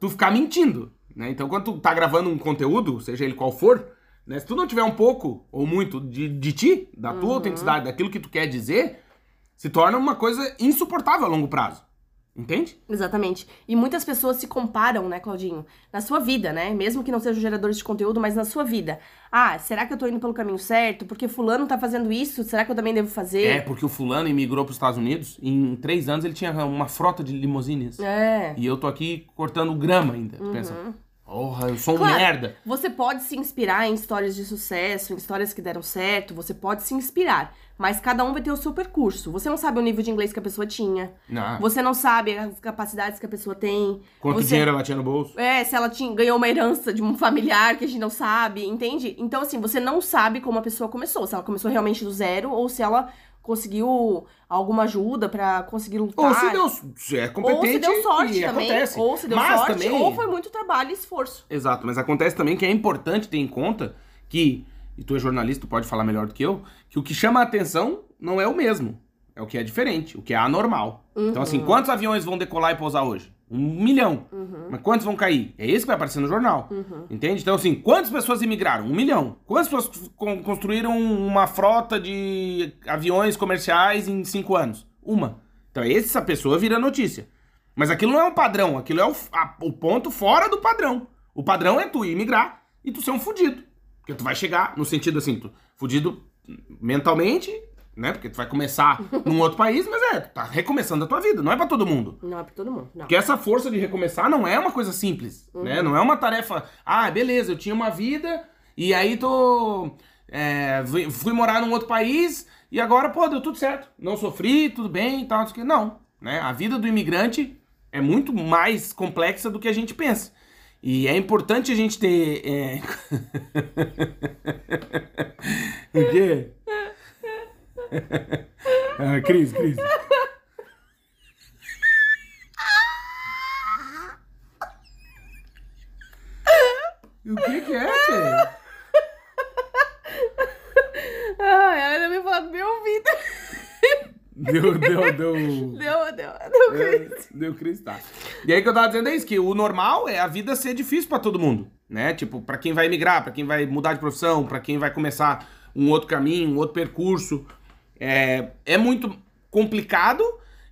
Speaker 1: tu ficar mentindo, né? Então, quando tu tá gravando um conteúdo, seja ele qual for, né? Se tu não tiver um pouco ou muito de, de ti, da tua autenticidade, daquilo que tu quer dizer, se torna uma coisa insuportável a longo prazo. Entende?
Speaker 3: Exatamente. E muitas pessoas se comparam, né, Claudinho? Na sua vida, né? Mesmo que não sejam geradores de conteúdo, mas na sua vida. Ah, será que eu tô indo pelo caminho certo? Porque fulano tá fazendo isso, será que eu também devo
Speaker 1: É,
Speaker 3: fazer?
Speaker 1: porque o fulano emigrou pros Estados Unidos e em três anos ele tinha uma frota de limousines.
Speaker 3: É.
Speaker 1: E eu tô aqui cortando grama ainda. Pensa, porra, eu sou um
Speaker 3: Claro.
Speaker 1: merda.
Speaker 3: Você pode se inspirar em histórias de sucesso, em histórias que deram certo, você pode se inspirar, mas cada um vai ter o seu percurso. Você não sabe o nível de inglês que a pessoa tinha.
Speaker 1: Não.
Speaker 3: Você não sabe as capacidades que a pessoa tem.
Speaker 1: Quanto
Speaker 3: você...
Speaker 1: dinheiro ela tinha no bolso?
Speaker 3: É, se ela tinha, ganhou uma herança de um familiar que a gente não sabe, entende? Então, assim, você não sabe como a pessoa começou. Se ela começou realmente do zero ou se ela conseguiu alguma ajuda pra conseguir lutar.
Speaker 1: Ou se deu, se é
Speaker 3: Ou se
Speaker 1: competente
Speaker 3: deu sorte
Speaker 1: e
Speaker 3: também.
Speaker 1: acontece.
Speaker 3: Ou se deu
Speaker 1: Mas
Speaker 3: sorte,
Speaker 1: também-
Speaker 3: ou foi muito trabalho e esforço.
Speaker 1: Exato, mas acontece também que é importante ter em conta que, e tu é jornalista, tu pode falar melhor do que eu, que o que chama a atenção não é o mesmo, é o que é diferente, o que é anormal. Então, assim, quantos aviões vão decolar e pousar hoje? Um milhão. Mas quantos vão cair? É isso que vai aparecer no jornal. Entende? Então, assim, quantas pessoas imigraram? Um milhão. Quantas pessoas con- construíram uma frota de aviões comerciais em cinco anos? Uma. Então, essa pessoa vira notícia. Mas aquilo não é um padrão, aquilo é o, a- o ponto fora do padrão. O padrão é tu ir migrar e tu ser um fudido. Porque tu vai chegar, no sentido assim, tu, fudido mentalmente, né? Porque tu vai começar num outro país, mas é, tu tá recomeçando a tua vida, não é pra todo mundo.
Speaker 3: Não é pra todo mundo, não.
Speaker 1: Porque essa força de recomeçar não é uma coisa simples, né? Não é uma tarefa, ah, beleza, eu tinha uma vida e aí tô... é, fui- fui morar num outro país e agora, pô, deu tudo certo. Não sofri, tudo bem e tal, não sei o quê. Não. né? A vida do imigrante é muito mais complexa do que a gente pensa. E é importante a gente ter. é, o quê? Ah, Cris, Cris. O que, que é, Tchê?
Speaker 3: Ah, ela ainda me falou do meu ouvido.
Speaker 1: Deu, deu, deu.
Speaker 3: Deu, deu, deu.
Speaker 1: É, Deu Cris, tá. E aí o que eu tava dizendo é isso, que o normal é a vida ser difícil pra todo mundo, né? Tipo, pra quem vai emigrar, pra quem vai mudar de profissão, pra quem vai começar um outro caminho, um outro percurso. É, é muito complicado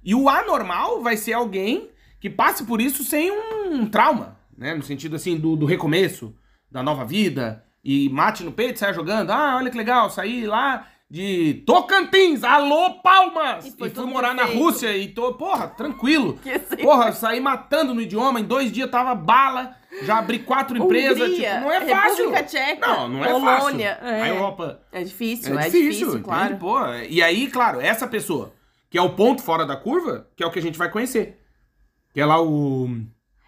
Speaker 1: e o anormal vai ser alguém que passe por isso sem um trauma, né? No sentido, assim, do, do recomeço, da nova vida e mate no peito, saia jogando. Ah, olha que legal, saí lá... De Tocantins, alô Palmas!
Speaker 3: E
Speaker 1: E,
Speaker 3: foi
Speaker 1: fui
Speaker 3: tudo
Speaker 1: morar na
Speaker 3: perfeito.
Speaker 1: Rússia. Rússia e tô, porra, tranquilo.
Speaker 3: Que assim. exemplo.
Speaker 1: Porra, saí matando no idioma, em dois dias tava bala, já abri quatro
Speaker 3: Hungria,
Speaker 1: empresas. tipo, não é fácil.
Speaker 3: República Tcheca,
Speaker 1: não, não é
Speaker 3: Polônia,
Speaker 1: fácil.
Speaker 3: é.
Speaker 1: A Europa.
Speaker 3: É
Speaker 1: É,
Speaker 3: difícil, é,
Speaker 1: difícil, entende?
Speaker 3: claro.
Speaker 1: Pô, e aí, claro, essa pessoa, que é o ponto fora da curva, que é o que a gente vai conhecer. Que é lá o.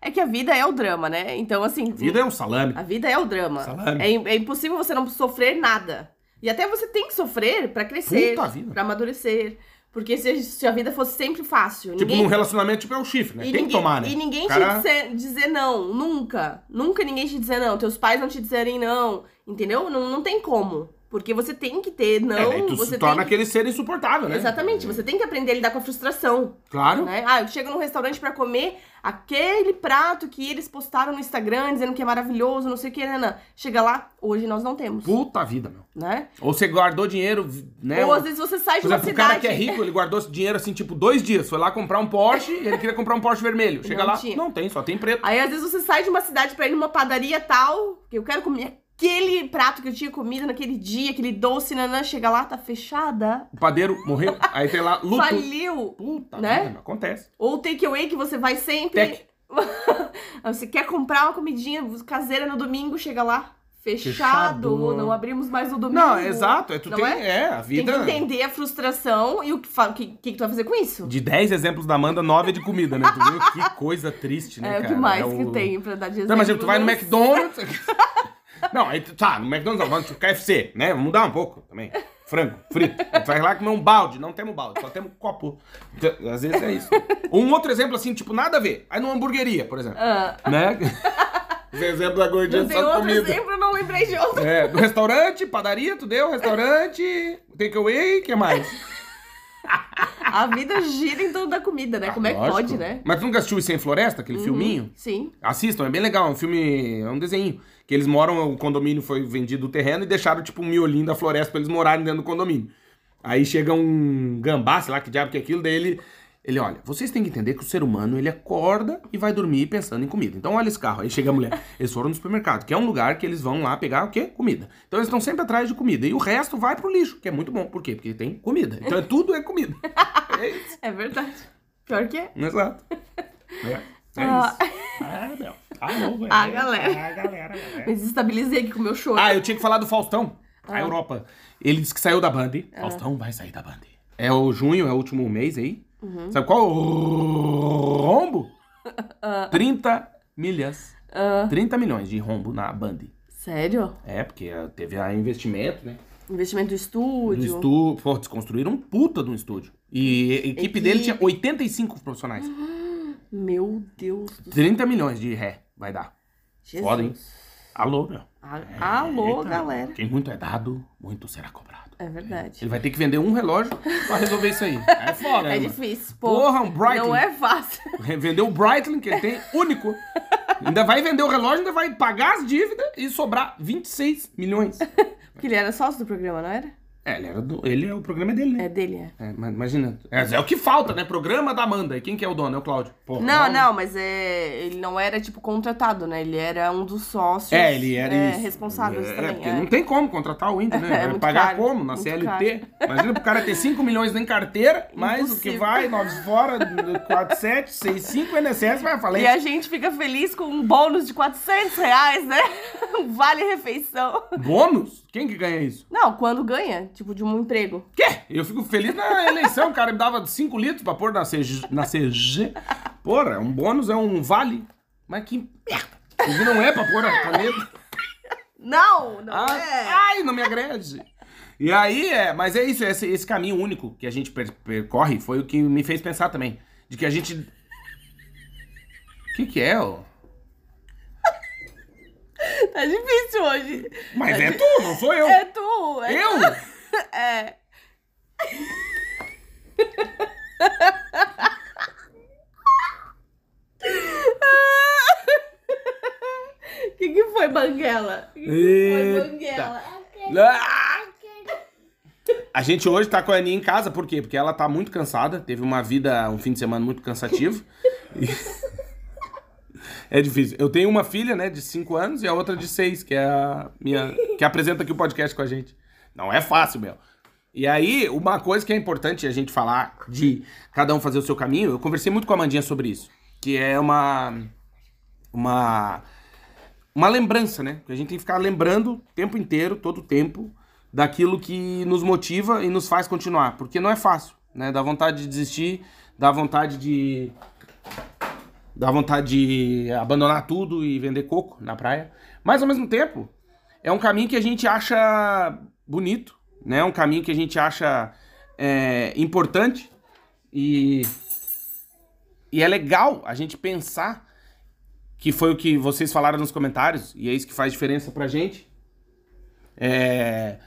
Speaker 3: É que a vida é o drama, né? Então, assim,
Speaker 1: Vida é um salame.
Speaker 3: a vida é o drama.
Speaker 1: Salame.
Speaker 3: É, im- é impossível você não sofrer nada. E até você tem que sofrer pra crescer,
Speaker 1: Puta vida.
Speaker 3: pra amadurecer. Porque se, a- se a vida fosse sempre fácil,
Speaker 1: Tipo,
Speaker 3: ninguém...
Speaker 1: num relacionamento, tipo, é o chifre, né?
Speaker 3: e
Speaker 1: Tem
Speaker 3: ninguém,
Speaker 1: que tomar, né?
Speaker 3: E ninguém
Speaker 1: O cara-
Speaker 3: te dizer, dizer não, nunca. Nunca ninguém te dizer não. Teus pais não te dizerem não, entendeu? Não, não tem como. Porque você tem que ter não,
Speaker 1: É, daí tu
Speaker 3: você
Speaker 1: se torna
Speaker 3: tem que...
Speaker 1: aquele ser insuportável, né?
Speaker 3: Exatamente, você tem que aprender a lidar com a frustração.
Speaker 1: Claro.
Speaker 3: Né? Ah, eu chego num restaurante pra comer aquele prato que eles postaram no Instagram dizendo que é maravilhoso, não sei o que, né? Chega lá, hoje nós não temos,
Speaker 1: Puta vida, meu.
Speaker 3: né?
Speaker 1: Ou você guardou dinheiro, né?
Speaker 3: Ou às vezes você sai de
Speaker 1: Por
Speaker 3: uma
Speaker 1: exemplo, o cara
Speaker 3: cidade.
Speaker 1: que é rico, ele guardou esse dinheiro assim, tipo, dois dias. Foi lá comprar um Porsche e ele queria comprar um Porsche vermelho. Chega
Speaker 3: Não
Speaker 1: lá,
Speaker 3: tinha.
Speaker 1: não tem, só tem preto.
Speaker 3: Aí às vezes você sai de uma cidade pra ir numa padaria tal, que eu quero comer aquele prato que eu tinha comido naquele dia, aquele doce, nanã, chega lá, tá fechada,
Speaker 1: O padeiro morreu, aí tem lá luto.
Speaker 3: faliu.
Speaker 1: Puta,
Speaker 3: Né?
Speaker 1: vida, meu, acontece.
Speaker 3: Ou takeaway que você vai sempre.
Speaker 1: Tec.
Speaker 3: você quer comprar uma comidinha caseira no domingo, chega lá. Fechado,
Speaker 1: Fechado.
Speaker 3: não abrimos mais no domingo.
Speaker 1: Não, exato. É, tu
Speaker 3: Não
Speaker 1: tem,
Speaker 3: é?
Speaker 1: é? a vida...
Speaker 3: Tem que entender a frustração e o que, fa- que, que, que tu vai fazer com isso.
Speaker 1: De 10 exemplos da Amanda, 9 é de comida, né? Tu viu? Que coisa triste, né,
Speaker 3: é o
Speaker 1: cara?
Speaker 3: que mais
Speaker 1: É o-
Speaker 3: que tem pra dar de exemplo.
Speaker 1: Não, mas tipo, tu vai no
Speaker 3: né?
Speaker 1: McDonald's... não, aí tu- tá, no McDonald's não, vamos tipo KFC, né? Vamos mudar um pouco também. Frango, frito. Aí Tu vai lá comer um balde, não temos balde, só temos um copo. Então, Às vezes é isso. Ou um outro exemplo assim, tipo, nada a ver. Aí numa hamburgueria, por exemplo.
Speaker 3: Ah,
Speaker 1: né? Os exemplos da gordinha
Speaker 3: não tem
Speaker 1: só
Speaker 3: outro
Speaker 1: comida.
Speaker 3: exemplo, não lembrei de outro.
Speaker 1: É, do restaurante, padaria, tu deu, restaurante, takeaway, o que mais?
Speaker 3: A vida gira em torno da comida, né? Como é que
Speaker 1: Ah, Lógico.
Speaker 3: pode, né? Uhum.
Speaker 1: Mas tu nunca assistiu Isso Sem Floresta, aquele filminho?
Speaker 3: Sim.
Speaker 1: Assistam, é bem legal, é um filme, é um desenho. Que eles moram, o condomínio foi vendido o terreno e deixaram tipo um miolinho da floresta pra eles morarem dentro do condomínio. Aí chega um gambá, sei lá que diabo que é aquilo, daí ele, ele olha, vocês têm que entender que o ser humano, ele acorda e vai dormir pensando em comida. Então olha esse carro, aí chega a mulher, eles foram no supermercado, que é um lugar que eles vão lá pegar o quê? Comida. Então eles estão sempre atrás de comida e o resto vai pro lixo, que é muito bom. Por quê? Porque tem comida. Então é- tudo é comida. É isso.
Speaker 3: É verdade. Pior que é.
Speaker 1: Exato. É, é
Speaker 3: Ah.
Speaker 1: isso. Ah, meu. Ah, não, velho.
Speaker 3: Ah, galera.
Speaker 1: Ah, galera, galera.
Speaker 3: Me desestabilizei aqui com o meu choro.
Speaker 1: Ah, eu tinha que falar do Faustão.
Speaker 3: Ah.
Speaker 1: A Europa. Ele disse que saiu da Band. Faustão vai sair da Band. É o junho, é o último mês aí.
Speaker 3: Uhum.
Speaker 1: Sabe qual? é O rombo? 30 milhas.
Speaker 3: Ah.
Speaker 1: 30 milhões de rombo na Band.
Speaker 3: Sério?
Speaker 1: É, porque eh, teve a investimento, né?
Speaker 3: Investimento do
Speaker 1: No
Speaker 3: estúdio.
Speaker 1: estúdio. Pô, eles construíram um puta de um estúdio. E a equipe,
Speaker 3: Equipe. Uhum.
Speaker 1: dele tinha 85 profissionais.
Speaker 3: Meu Deus do
Speaker 1: 30 milhões de ré vai dar.
Speaker 3: céu.
Speaker 1: Foda, hein? Alô, meu.
Speaker 3: A- Alô,
Speaker 1: Eita,
Speaker 3: galera.
Speaker 1: Quem muito é dado, muito será cobrado.
Speaker 3: É verdade.
Speaker 1: Ele vai ter que vender um relógio pra resolver isso aí. É foda, né?
Speaker 3: É
Speaker 1: mano?
Speaker 3: difícil, pô.
Speaker 1: Porra, um Breitling.
Speaker 3: Não é fácil.
Speaker 1: Vendeu o Breitling, que ele tem, único. Ainda vai vender o relógio, ainda vai pagar as dívidas e sobrar 26 milhões.
Speaker 3: Porque ele era sócio do programa, não era?
Speaker 1: É, ele, era do- ele é o programa é dele, né?
Speaker 3: É dele, é.
Speaker 1: É, mas imagina. É, é o que falta, né? Programa da Amanda. E quem que é o dono? É o Cláudio. Porra,
Speaker 3: Não, não, mas é, ele não era, tipo, contratado, né? Ele era um dos sócios.
Speaker 1: É, ele era
Speaker 3: é,
Speaker 1: isso.
Speaker 3: responsáveis
Speaker 1: é,
Speaker 3: também.
Speaker 1: porque
Speaker 3: é.
Speaker 1: não tem como contratar o Inter, né?
Speaker 3: É,
Speaker 1: Vai
Speaker 3: muito
Speaker 1: pagar
Speaker 3: caro,
Speaker 1: como? Na
Speaker 3: muito
Speaker 1: CLT. Imagina pro cara ter 5 milhões em carteira, mais o que
Speaker 3: Impossível.
Speaker 1: vai, 9 fora, 4, 7, 6, 5, NSS vai
Speaker 3: E
Speaker 1: falei.
Speaker 3: a gente fica feliz com um bônus de 400 reais, né? Um vale-refeição.
Speaker 1: Bônus? Quem que ganha isso?
Speaker 3: Não, quando ganha, tipo, de um emprego.
Speaker 1: Quê? Eu fico feliz na eleição, o cara me dava 5 litros pra pôr na CG. Na CG. Porra, um bônus é um vale. Mas que merda. Isso não é pra pôr na caneta.
Speaker 3: Não, não
Speaker 1: Ah,
Speaker 3: é.
Speaker 1: Ai, não me agrede. E aí, é, mas é isso, esse, esse caminho único que a gente per- percorre foi o que me fez pensar também. De que a gente. O que, que é, ô?
Speaker 3: Tá difícil hoje. Tá
Speaker 1: Mas é tu, não sou eu.
Speaker 3: É tu. É
Speaker 1: Eu?
Speaker 3: tu. É. O que, que foi, Banguela? O que, que foi,
Speaker 1: Eita.
Speaker 3: Banguela?
Speaker 1: Ah! A gente hoje tá com a Aninha em casa, por quê? Porque ela tá muito cansada, teve uma vida, um fim de semana muito cansativo. E- É difícil. Eu tenho uma filha, né, de 5 anos e a outra de 6, que é a minha. que apresenta aqui o podcast com a gente. Não é fácil, meu. E aí, uma coisa que é importante a gente falar de cada um fazer o seu caminho, eu conversei muito com a Mandinha sobre isso. Que é uma. Uma uma lembrança, né? Que a gente tem que ficar lembrando o tempo inteiro, todo o tempo, daquilo que nos motiva e nos faz continuar. Porque não é fácil, né? Dá vontade de desistir, dá vontade de. dá vontade de abandonar tudo e vender coco na praia. Mas ao mesmo tempo, é um caminho que a gente acha bonito, né? É um caminho que a gente acha é, importante e. E é legal a gente pensar que foi o que vocês falaram nos comentários, e é isso que faz diferença pra gente. É,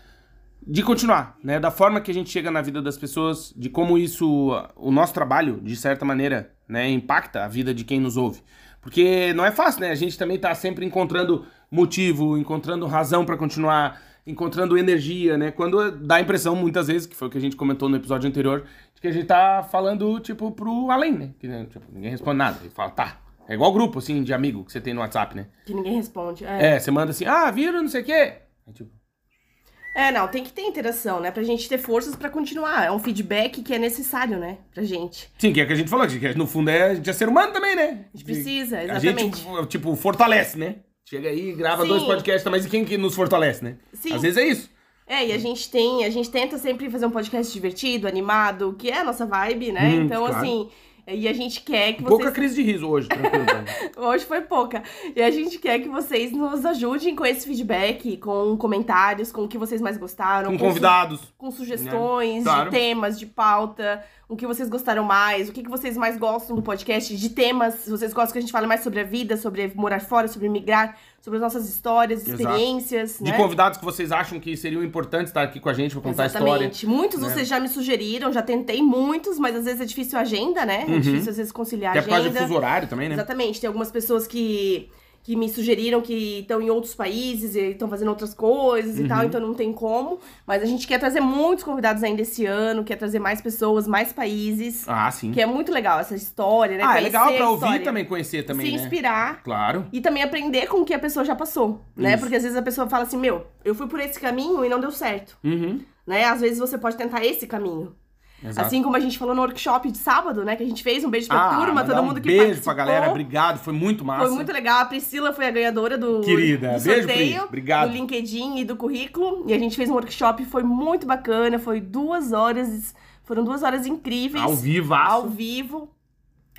Speaker 1: De continuar, né? Da forma que a gente chega na vida das pessoas, de como isso, o nosso trabalho, de certa maneira, né, impacta a vida de quem nos ouve. Porque não é fácil, né? A gente também tá sempre encontrando motivo, encontrando razão pra continuar, encontrando energia, né? Quando dá a impressão, muitas vezes, que foi o que a gente comentou no episódio anterior, de que a gente tá falando, tipo, pro além, né? Que, né, tipo, ninguém responde nada. E fala, tá. É igual grupo, assim, de amigo que você tem no WhatsApp, né?
Speaker 3: Que ninguém responde. É.
Speaker 1: É, você manda assim, ah, viram, não sei o quê. É tipo,
Speaker 3: É, não, tem que ter interação, né? Pra gente ter forças pra continuar. É um feedback que é necessário, né? Pra gente.
Speaker 1: Sim, que é o que a gente falou, que no fundo é, a gente é ser humano também, né?
Speaker 3: A gente precisa,
Speaker 1: A gente,
Speaker 3: exatamente.
Speaker 1: tipo, tipo, fortalece, né? Chega aí, grava
Speaker 3: Sim.
Speaker 1: dois podcasts, mas e quem que nos fortalece, né?
Speaker 3: Sim.
Speaker 1: Às vezes é isso.
Speaker 3: É, e a gente tem, a gente tenta sempre fazer um podcast divertido, animado, que é a nossa vibe, né?
Speaker 1: Hum,
Speaker 3: então,
Speaker 1: claro.
Speaker 3: assim, e a gente quer que
Speaker 1: Pouca
Speaker 3: vocês.
Speaker 1: crise de riso hoje, tranquilo. Dani.
Speaker 3: Hoje foi pouca. E a gente quer que vocês nos ajudem com esse feedback, com comentários, com o que vocês mais gostaram,
Speaker 1: Com
Speaker 3: su-
Speaker 1: convidados.
Speaker 3: com sugestões
Speaker 1: Né? Claro.
Speaker 3: de temas, de pauta, o que vocês gostaram mais, o que, que vocês mais gostam do podcast, de temas, se vocês gostam que a gente fale mais sobre a vida, sobre morar fora, sobre migrar, sobre as nossas histórias,
Speaker 1: Exato.
Speaker 3: experiências,
Speaker 1: De
Speaker 3: né?
Speaker 1: convidados que vocês acham que seriam importantes estar aqui com a gente pra contar a história.
Speaker 3: Exatamente. Muitos
Speaker 1: né?
Speaker 3: vocês já me sugeriram, já tentei muitos, mas às vezes é difícil a agenda, né? É difícil às vezes conciliar
Speaker 1: Até
Speaker 3: a
Speaker 1: Uhum. por causa do
Speaker 3: agenda.
Speaker 1: fuso horário também, né?
Speaker 3: Exatamente. Tem algumas pessoas que, que me sugeriram que estão em outros países e estão fazendo outras coisas e tal,
Speaker 1: Uhum.
Speaker 3: então não tem como. Mas a gente quer trazer muitos convidados ainda esse ano, quer trazer mais pessoas, mais países.
Speaker 1: Ah, sim.
Speaker 3: Que é muito legal essa história, né?
Speaker 1: ah, é
Speaker 3: Conhecer
Speaker 1: legal
Speaker 3: a
Speaker 1: pra ouvir
Speaker 3: história,
Speaker 1: também, conhecer também,
Speaker 3: Se
Speaker 1: né?
Speaker 3: inspirar
Speaker 1: Claro.
Speaker 3: e também aprender com o que a pessoa já passou, né?
Speaker 1: Isso.
Speaker 3: Porque às vezes a pessoa fala assim: meu, eu fui por esse caminho e não deu certo.
Speaker 1: Uhum.
Speaker 3: Né? Às vezes você pode tentar esse caminho.
Speaker 1: Exato.
Speaker 3: Assim como a gente falou no workshop de sábado, né? Que a gente fez um beijo pra
Speaker 1: ah,
Speaker 3: turma,
Speaker 1: mandar
Speaker 3: todo mundo
Speaker 1: um
Speaker 3: que
Speaker 1: beijo pra
Speaker 3: participou.
Speaker 1: galera, obrigado, foi muito massa.
Speaker 3: Foi muito legal. A Priscila foi a ganhadora do,
Speaker 1: Querida,
Speaker 3: do
Speaker 1: beijo,
Speaker 3: sorteio,
Speaker 1: Pri. Obrigado.
Speaker 3: do LinkedIn e do currículo. E a gente fez um workshop, foi muito bacana, foi duas horas, foram duas horas incríveis.
Speaker 1: Ao vivo,
Speaker 3: Ao vivo.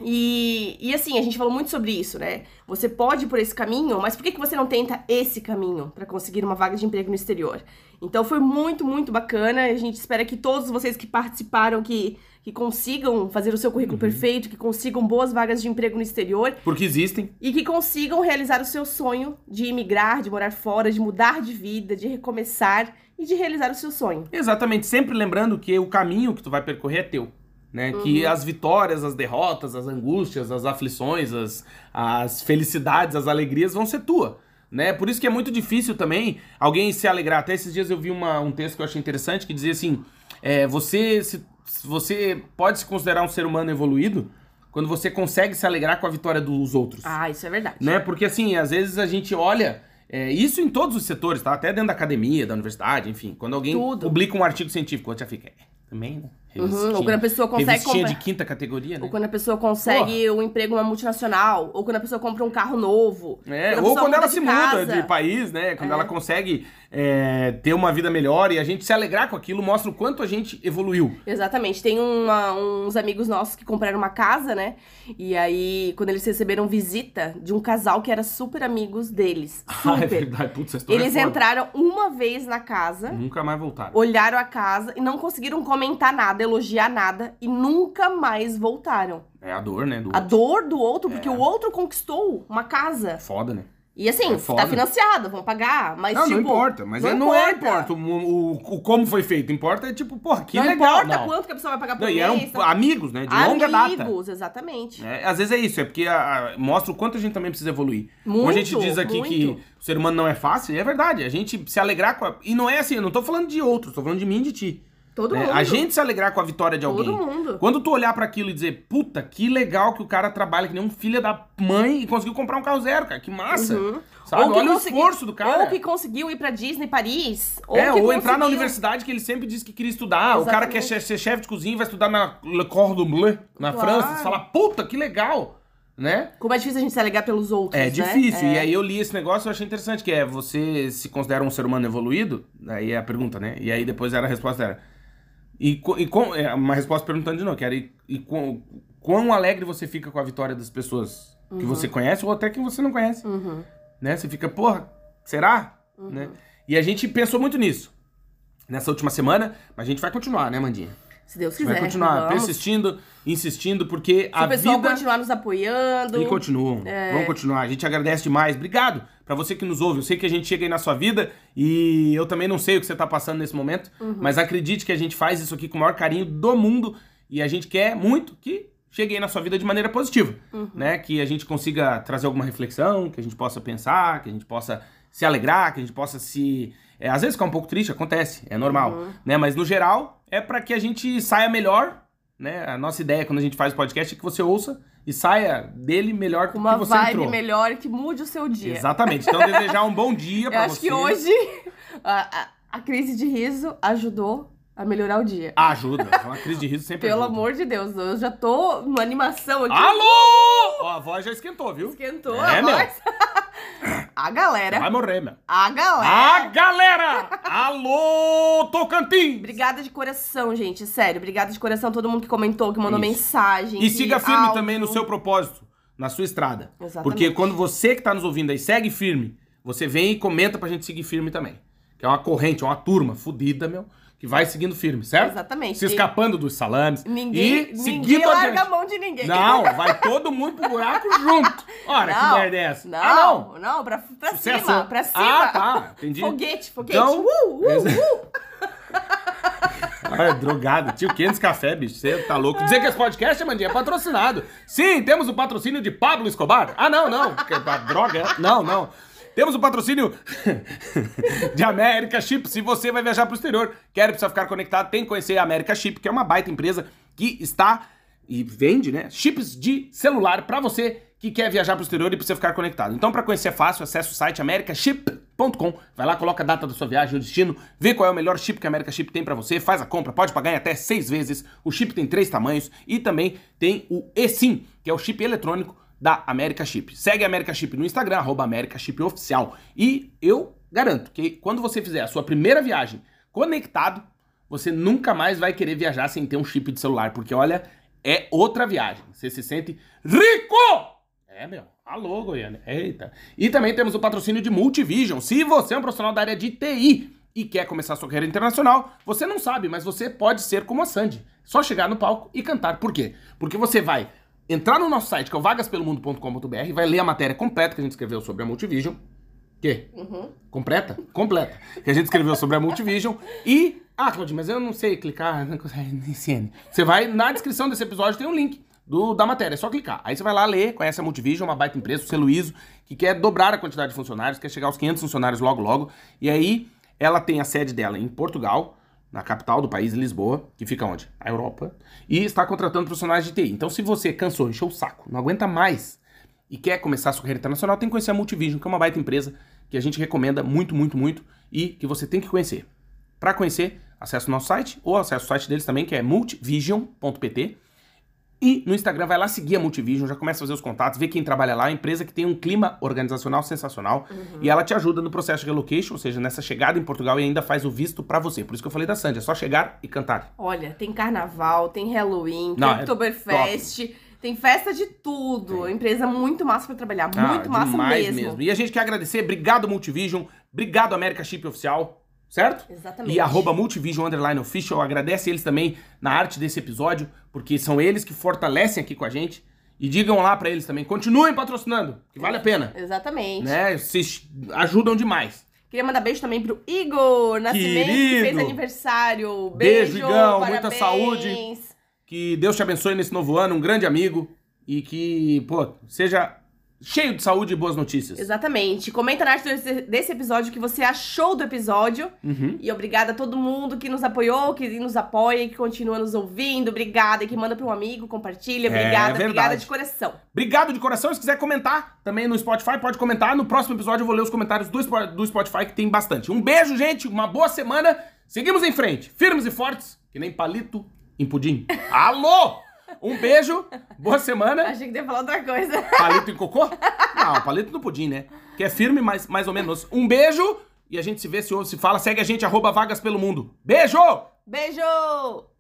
Speaker 3: E, e assim, a gente falou muito sobre isso, né? Você pode ir por esse caminho, mas por que, que você não tenta esse caminho pra conseguir uma vaga de emprego no exterior? Então foi muito, muito bacana. A gente espera que todos vocês que participaram, que, que consigam fazer o seu
Speaker 1: Uhum.
Speaker 3: currículo perfeito, que consigam boas vagas de emprego no exterior
Speaker 1: Porque existem.
Speaker 3: e que consigam realizar o seu sonho de imigrar, de morar fora, de mudar de vida, de recomeçar e de realizar o seu sonho.
Speaker 1: Exatamente, sempre lembrando que o caminho que tu vai percorrer é teu. Né? Que as vitórias, as derrotas, as angústias, as aflições, as, as felicidades, as alegrias vão ser tua. Né? Por isso que é muito difícil também alguém se alegrar. Até esses dias eu vi uma- um texto que eu achei interessante que dizia assim: é, você, se, se você pode se considerar um ser humano evoluído quando você consegue se alegrar com a vitória dos outros
Speaker 3: Ah, isso é verdade.
Speaker 1: né? Porque assim, às vezes a gente olha é, isso em todos os setores, tá? Até dentro da academia, da universidade, enfim. Quando alguém
Speaker 3: Tudo.
Speaker 1: publica um artigo científico, você já fica. É, também, né?
Speaker 3: Uhum,
Speaker 1: Revistinha.
Speaker 3: ou quando a pessoa consegue
Speaker 1: Revistinha
Speaker 3: comprar-
Speaker 1: é de quinta categoria, né?
Speaker 3: Ou quando a pessoa consegue um emprego numa multinacional, ou quando a pessoa compra um carro novo.
Speaker 1: É,
Speaker 3: a
Speaker 1: ou
Speaker 3: pessoa
Speaker 1: quando ela
Speaker 3: de
Speaker 1: se
Speaker 3: casa.
Speaker 1: muda de país, né? Quando ela consegue é, ter uma vida melhor e a gente se alegrar com aquilo mostra o quanto a gente evoluiu.
Speaker 3: Exatamente. Tem uma- uns amigos nossos que compraram uma casa, né? E aí, quando eles receberam visita de um casal que era super amigos deles.
Speaker 1: Ah, é
Speaker 3: Super.
Speaker 1: verdade. Putz, essa história
Speaker 3: Eles
Speaker 1: é foda.
Speaker 3: entraram né? uma vez na casa,
Speaker 1: Nunca mais voltaram.
Speaker 3: olharam a casa e não conseguiram comentar nada, elogiar nada e nunca mais voltaram.
Speaker 1: É a dor, né? Do...
Speaker 3: A dor do outro, porque o outro conquistou uma casa.
Speaker 1: Foda, né?
Speaker 3: E assim,
Speaker 1: É foda.
Speaker 3: tá financiado, vão pagar, mas
Speaker 1: não,
Speaker 3: tipo,
Speaker 1: não importa. Mas é- não, é importa o, o- o como foi feito. Importa é tipo, porra, que
Speaker 3: não
Speaker 1: legal.
Speaker 3: importa
Speaker 1: não.
Speaker 3: quanto que a pessoa vai pagar por
Speaker 1: Não,
Speaker 3: mês.
Speaker 1: e eram
Speaker 3: tá?
Speaker 1: amigos, né? De longa data.
Speaker 3: Amigos, exatamente.
Speaker 1: É, às vezes é isso, é porque a- a- mostra o quanto a gente também precisa evoluir. Como a gente
Speaker 3: Muito,
Speaker 1: diz aqui
Speaker 3: muito.
Speaker 1: que o ser humano não é fácil, e é verdade. A gente se alegrar com a. E não é assim, eu não tô falando de outros, tô falando de mim e de ti.
Speaker 3: Todo
Speaker 1: né?
Speaker 3: mundo.
Speaker 1: A gente se alegrar com a vitória de
Speaker 3: Todo
Speaker 1: alguém.
Speaker 3: mundo.
Speaker 1: Quando tu olhar pra aquilo e dizer, puta, que legal que o cara trabalha que nem um filho da mãe e conseguiu comprar um carro zero, cara, que massa.
Speaker 3: Uhum.
Speaker 1: Sabe?
Speaker 3: Ou que
Speaker 1: Olha o
Speaker 3: consegui-
Speaker 1: esforço do cara.
Speaker 3: Ou que conseguiu ir pra Disney Paris. Ou
Speaker 1: é,
Speaker 3: que
Speaker 1: ou entrar na
Speaker 3: conseguiu-
Speaker 1: universidade que ele sempre disse que queria estudar. O cara quer
Speaker 3: Exatamente.
Speaker 1: che- ser chefe de cozinha e vai estudar na Le Cordon Bleu, na
Speaker 3: Claro.
Speaker 1: França. Você fala, puta, que legal, né?
Speaker 3: Como é difícil a gente se alegar pelos outros.
Speaker 1: É
Speaker 3: né?
Speaker 1: difícil.
Speaker 3: É.
Speaker 1: E aí eu li esse negócio e eu achei interessante, que é você se considera um ser humano evoluído? Aí é a pergunta, né? E aí depois era a resposta era. E, co- e com, é uma resposta perguntando de novo, que era e, e quão, quão alegre você fica com a vitória das pessoas que você conhece ou até que você não conhece.
Speaker 3: Uhum.
Speaker 1: Né? Você fica, porra, será? Né? E a gente pensou muito nisso nessa última semana, mas a gente vai continuar, né, Mandinha?
Speaker 3: Se Deus quiser.
Speaker 1: Vai continuar
Speaker 3: vamos. Tipo, é Se
Speaker 1: persistindo, insistindo, porque a
Speaker 3: o pessoal
Speaker 1: vida.
Speaker 3: continuar nos apoiando.
Speaker 1: E continuam. Vamos continuar. A gente agradece demais. Obrigado pra você que nos ouve. Eu sei que a gente chega aí na sua vida e eu também não sei o que você tá passando nesse momento, mas acredite que a gente faz isso aqui com o maior carinho do mundo e a gente quer muito que chegue aí na sua vida de maneira positiva, né? Que a gente consiga trazer alguma reflexão, que a gente possa pensar, que a gente possa se alegrar, que a gente possa se é, às vezes ficar um pouco triste, acontece, é normal,
Speaker 3: Uhum.
Speaker 1: né? Mas no geral é pra que a gente saia melhor né? A nossa ideia quando a gente faz o podcast é que você ouça e saia dele melhor
Speaker 3: Com
Speaker 1: do
Speaker 3: uma
Speaker 1: que você
Speaker 3: vibe
Speaker 1: entrou.
Speaker 3: melhor e que mude o seu dia.
Speaker 1: Exatamente. Então desejar um bom dia
Speaker 3: Eu
Speaker 1: pra
Speaker 3: acho
Speaker 1: você.
Speaker 3: que hoje a, a- a crise de riso ajudou a melhorar o dia.
Speaker 1: Ah, Ajuda. Uma crise de riso sempre
Speaker 3: Pelo
Speaker 1: Ah, ajuda.
Speaker 3: amor de Deus, eu já tô numa animação aqui.
Speaker 1: Alô! Ó, a voz já esquentou, viu?
Speaker 3: Esquentou
Speaker 1: É,
Speaker 3: a
Speaker 1: meu.
Speaker 3: voz. a galera.
Speaker 1: Vai morrer, meu.
Speaker 3: A galera.
Speaker 1: Ah, galera! Alô, Tocantins!
Speaker 3: Obrigada de coração, gente. Sério, obrigada de coração a todo mundo que comentou, que mandou
Speaker 1: Isso.
Speaker 3: mensagem.
Speaker 1: E
Speaker 3: que
Speaker 1: siga firme
Speaker 3: áudio.
Speaker 1: também no seu propósito, na sua estrada.
Speaker 3: Exatamente.
Speaker 1: Porque quando você que tá nos ouvindo aí segue firme, você vem e comenta pra gente seguir firme também. Que é uma corrente, é uma turma fudida, meu, que vai seguindo firme, certo?
Speaker 3: Exatamente.
Speaker 1: Se escapando dos salames.
Speaker 3: Ninguém,
Speaker 1: e
Speaker 3: ninguém
Speaker 1: seguindo
Speaker 3: larga a
Speaker 1: adiante.
Speaker 3: mão de ninguém.
Speaker 1: Não, vai todo mundo pro buraco junto. Ora, que
Speaker 3: Não,
Speaker 1: merda é essa?
Speaker 3: Não,
Speaker 1: Ah, não.
Speaker 3: não, pra, pra
Speaker 1: Sucesso.
Speaker 3: cima, pra cima.
Speaker 1: Ah, tá, entendi.
Speaker 3: Foguete, foguete.
Speaker 1: Então-
Speaker 3: uh, uh,
Speaker 1: Exa-
Speaker 3: uh.
Speaker 1: Ah, drogado. Tio 500 Café, bicho. Você tá louco. Dizer que esse podcast, Mandinha, é patrocinado. Sim, temos o patrocínio de Pablo Escobar. Ah, não, não. porque A droga. é- Não, não. Temos o patrocínio de América Chip. Se você vai viajar pro exterior, quer precisa ficar conectado, tem que conhecer a América Chip, que é uma baita empresa que está e vende, né? Chips de celular pra você que quer viajar pro exterior e precisa ficar conectado. Então, pra conhecer é fácil, acessa o site americaship.com, vai lá, coloca a data da sua viagem, o destino, vê qual é o melhor chip que a America Chip tem pra você, faz a compra, pode pagar em até seis vezes. O chip tem três tamanhos e também tem o eSIM, que é o chip eletrônico da America Chip. Segue a America Chip no Instagram, arroba America Chip Oficial. E eu garanto que quando você fizer a sua primeira viagem conectado, você nunca mais vai querer viajar sem ter um chip de celular, porque olha, é outra viagem. Você se sente rico! É, meu. Alô, Goiânia. Eita. E também temos o patrocínio de Multivision. Se você é um profissional da área de TI e quer começar sua carreira internacional, você não sabe, mas você pode ser como a Sandy. Só chegar no palco e cantar. Por quê? Porque você vai entrar no nosso site, que é o vagaspelomundo.com.br, vai ler a matéria completa que a gente escreveu sobre a Multivision. Quê? Completa? Completa. Que a gente escreveu sobre a Multivision. E. Ah, Claudinho, mas eu não sei clicar não consigo, em CN. Você vai na descrição desse episódio, tem um link do, da matéria. É só clicar. Aí você vai lá ler, conhece a Multivision, uma baita empresa, o Celuíso, que quer dobrar a quantidade de funcionários, quer chegar aos 500 funcionários logo, logo. E aí ela tem a sede dela em Portugal, na capital do país, Lisboa, que fica onde? A Europa. E está contratando profissionais de TI. Então, se você cansou, encheu o saco, não aguenta mais e quer começar a sua carreira internacional, tem que conhecer a Multivision, que é uma baita empresa que a gente recomenda muito, muito, muito e que você tem que conhecer. Para conhecer, acesse o nosso site ou acesse o site deles também, que é multivision.pt E no Instagram vai lá seguir a Multivision, já começa a fazer os contatos, vê quem trabalha lá, a empresa que tem um clima organizacional sensacional e ela te ajuda no processo de relocation, ou seja, nessa chegada em Portugal e ainda faz o visto pra você. Por isso que eu falei da Sandy, é só chegar e cantar.
Speaker 3: Olha, tem carnaval, tem Halloween, tem
Speaker 1: Não, é
Speaker 3: Oktoberfest, tem festa de tudo. Empresa muito massa pra trabalhar, muito
Speaker 1: Ah,
Speaker 3: massa
Speaker 1: demais
Speaker 3: mesmo.
Speaker 1: E a gente quer agradecer, obrigado Multivision, obrigado América Chip Oficial, certo?
Speaker 3: Exatamente.
Speaker 1: E arroba Multivision Underline Official. Agradece eles também na arte desse episódio, porque são eles que fortalecem aqui com a gente. E digam lá pra eles também, continuem patrocinando, que vale a pena.
Speaker 3: Exatamente.
Speaker 1: Né? Vocês ajudam demais.
Speaker 3: Queria mandar beijo também pro Igor Nascimento, que fez
Speaker 1: Querido!
Speaker 3: aniversário.
Speaker 1: Beijo,
Speaker 3: Beijo,
Speaker 1: Igão,
Speaker 3: parabéns.
Speaker 1: muita saúde. Que Deus te abençoe nesse novo ano, um grande amigo. E que, pô, seja cheio de saúde e boas notícias.
Speaker 3: Exatamente. Comenta na arte desse- desse episódio o que você achou do episódio.
Speaker 1: Uhum.
Speaker 3: E obrigada a todo mundo que nos apoiou, que nos apoia e que continua nos ouvindo. Obrigada. E que manda pra um amigo, compartilha.
Speaker 1: É
Speaker 3: Obrigada,
Speaker 1: verdade.
Speaker 3: obrigada de coração.
Speaker 1: Obrigado de coração. Se quiser comentar também no Spotify, pode comentar. No próximo episódio eu vou ler os comentários do, Spo- do Spotify, que tem bastante. Um beijo, gente. Uma boa semana. Seguimos em frente. Firmes e fortes, que nem palito em pudim. Alô! Um beijo. Boa semana.
Speaker 3: Achei que ia falar outra coisa.
Speaker 1: Palito em cocô? Não, palito no pudim, né? Que é firme, mas mais ou menos. Um beijo. E a gente se vê, se ouve, se fala. Segue a gente, arroba vagas pelo mundo. Beijo!
Speaker 3: Beijo!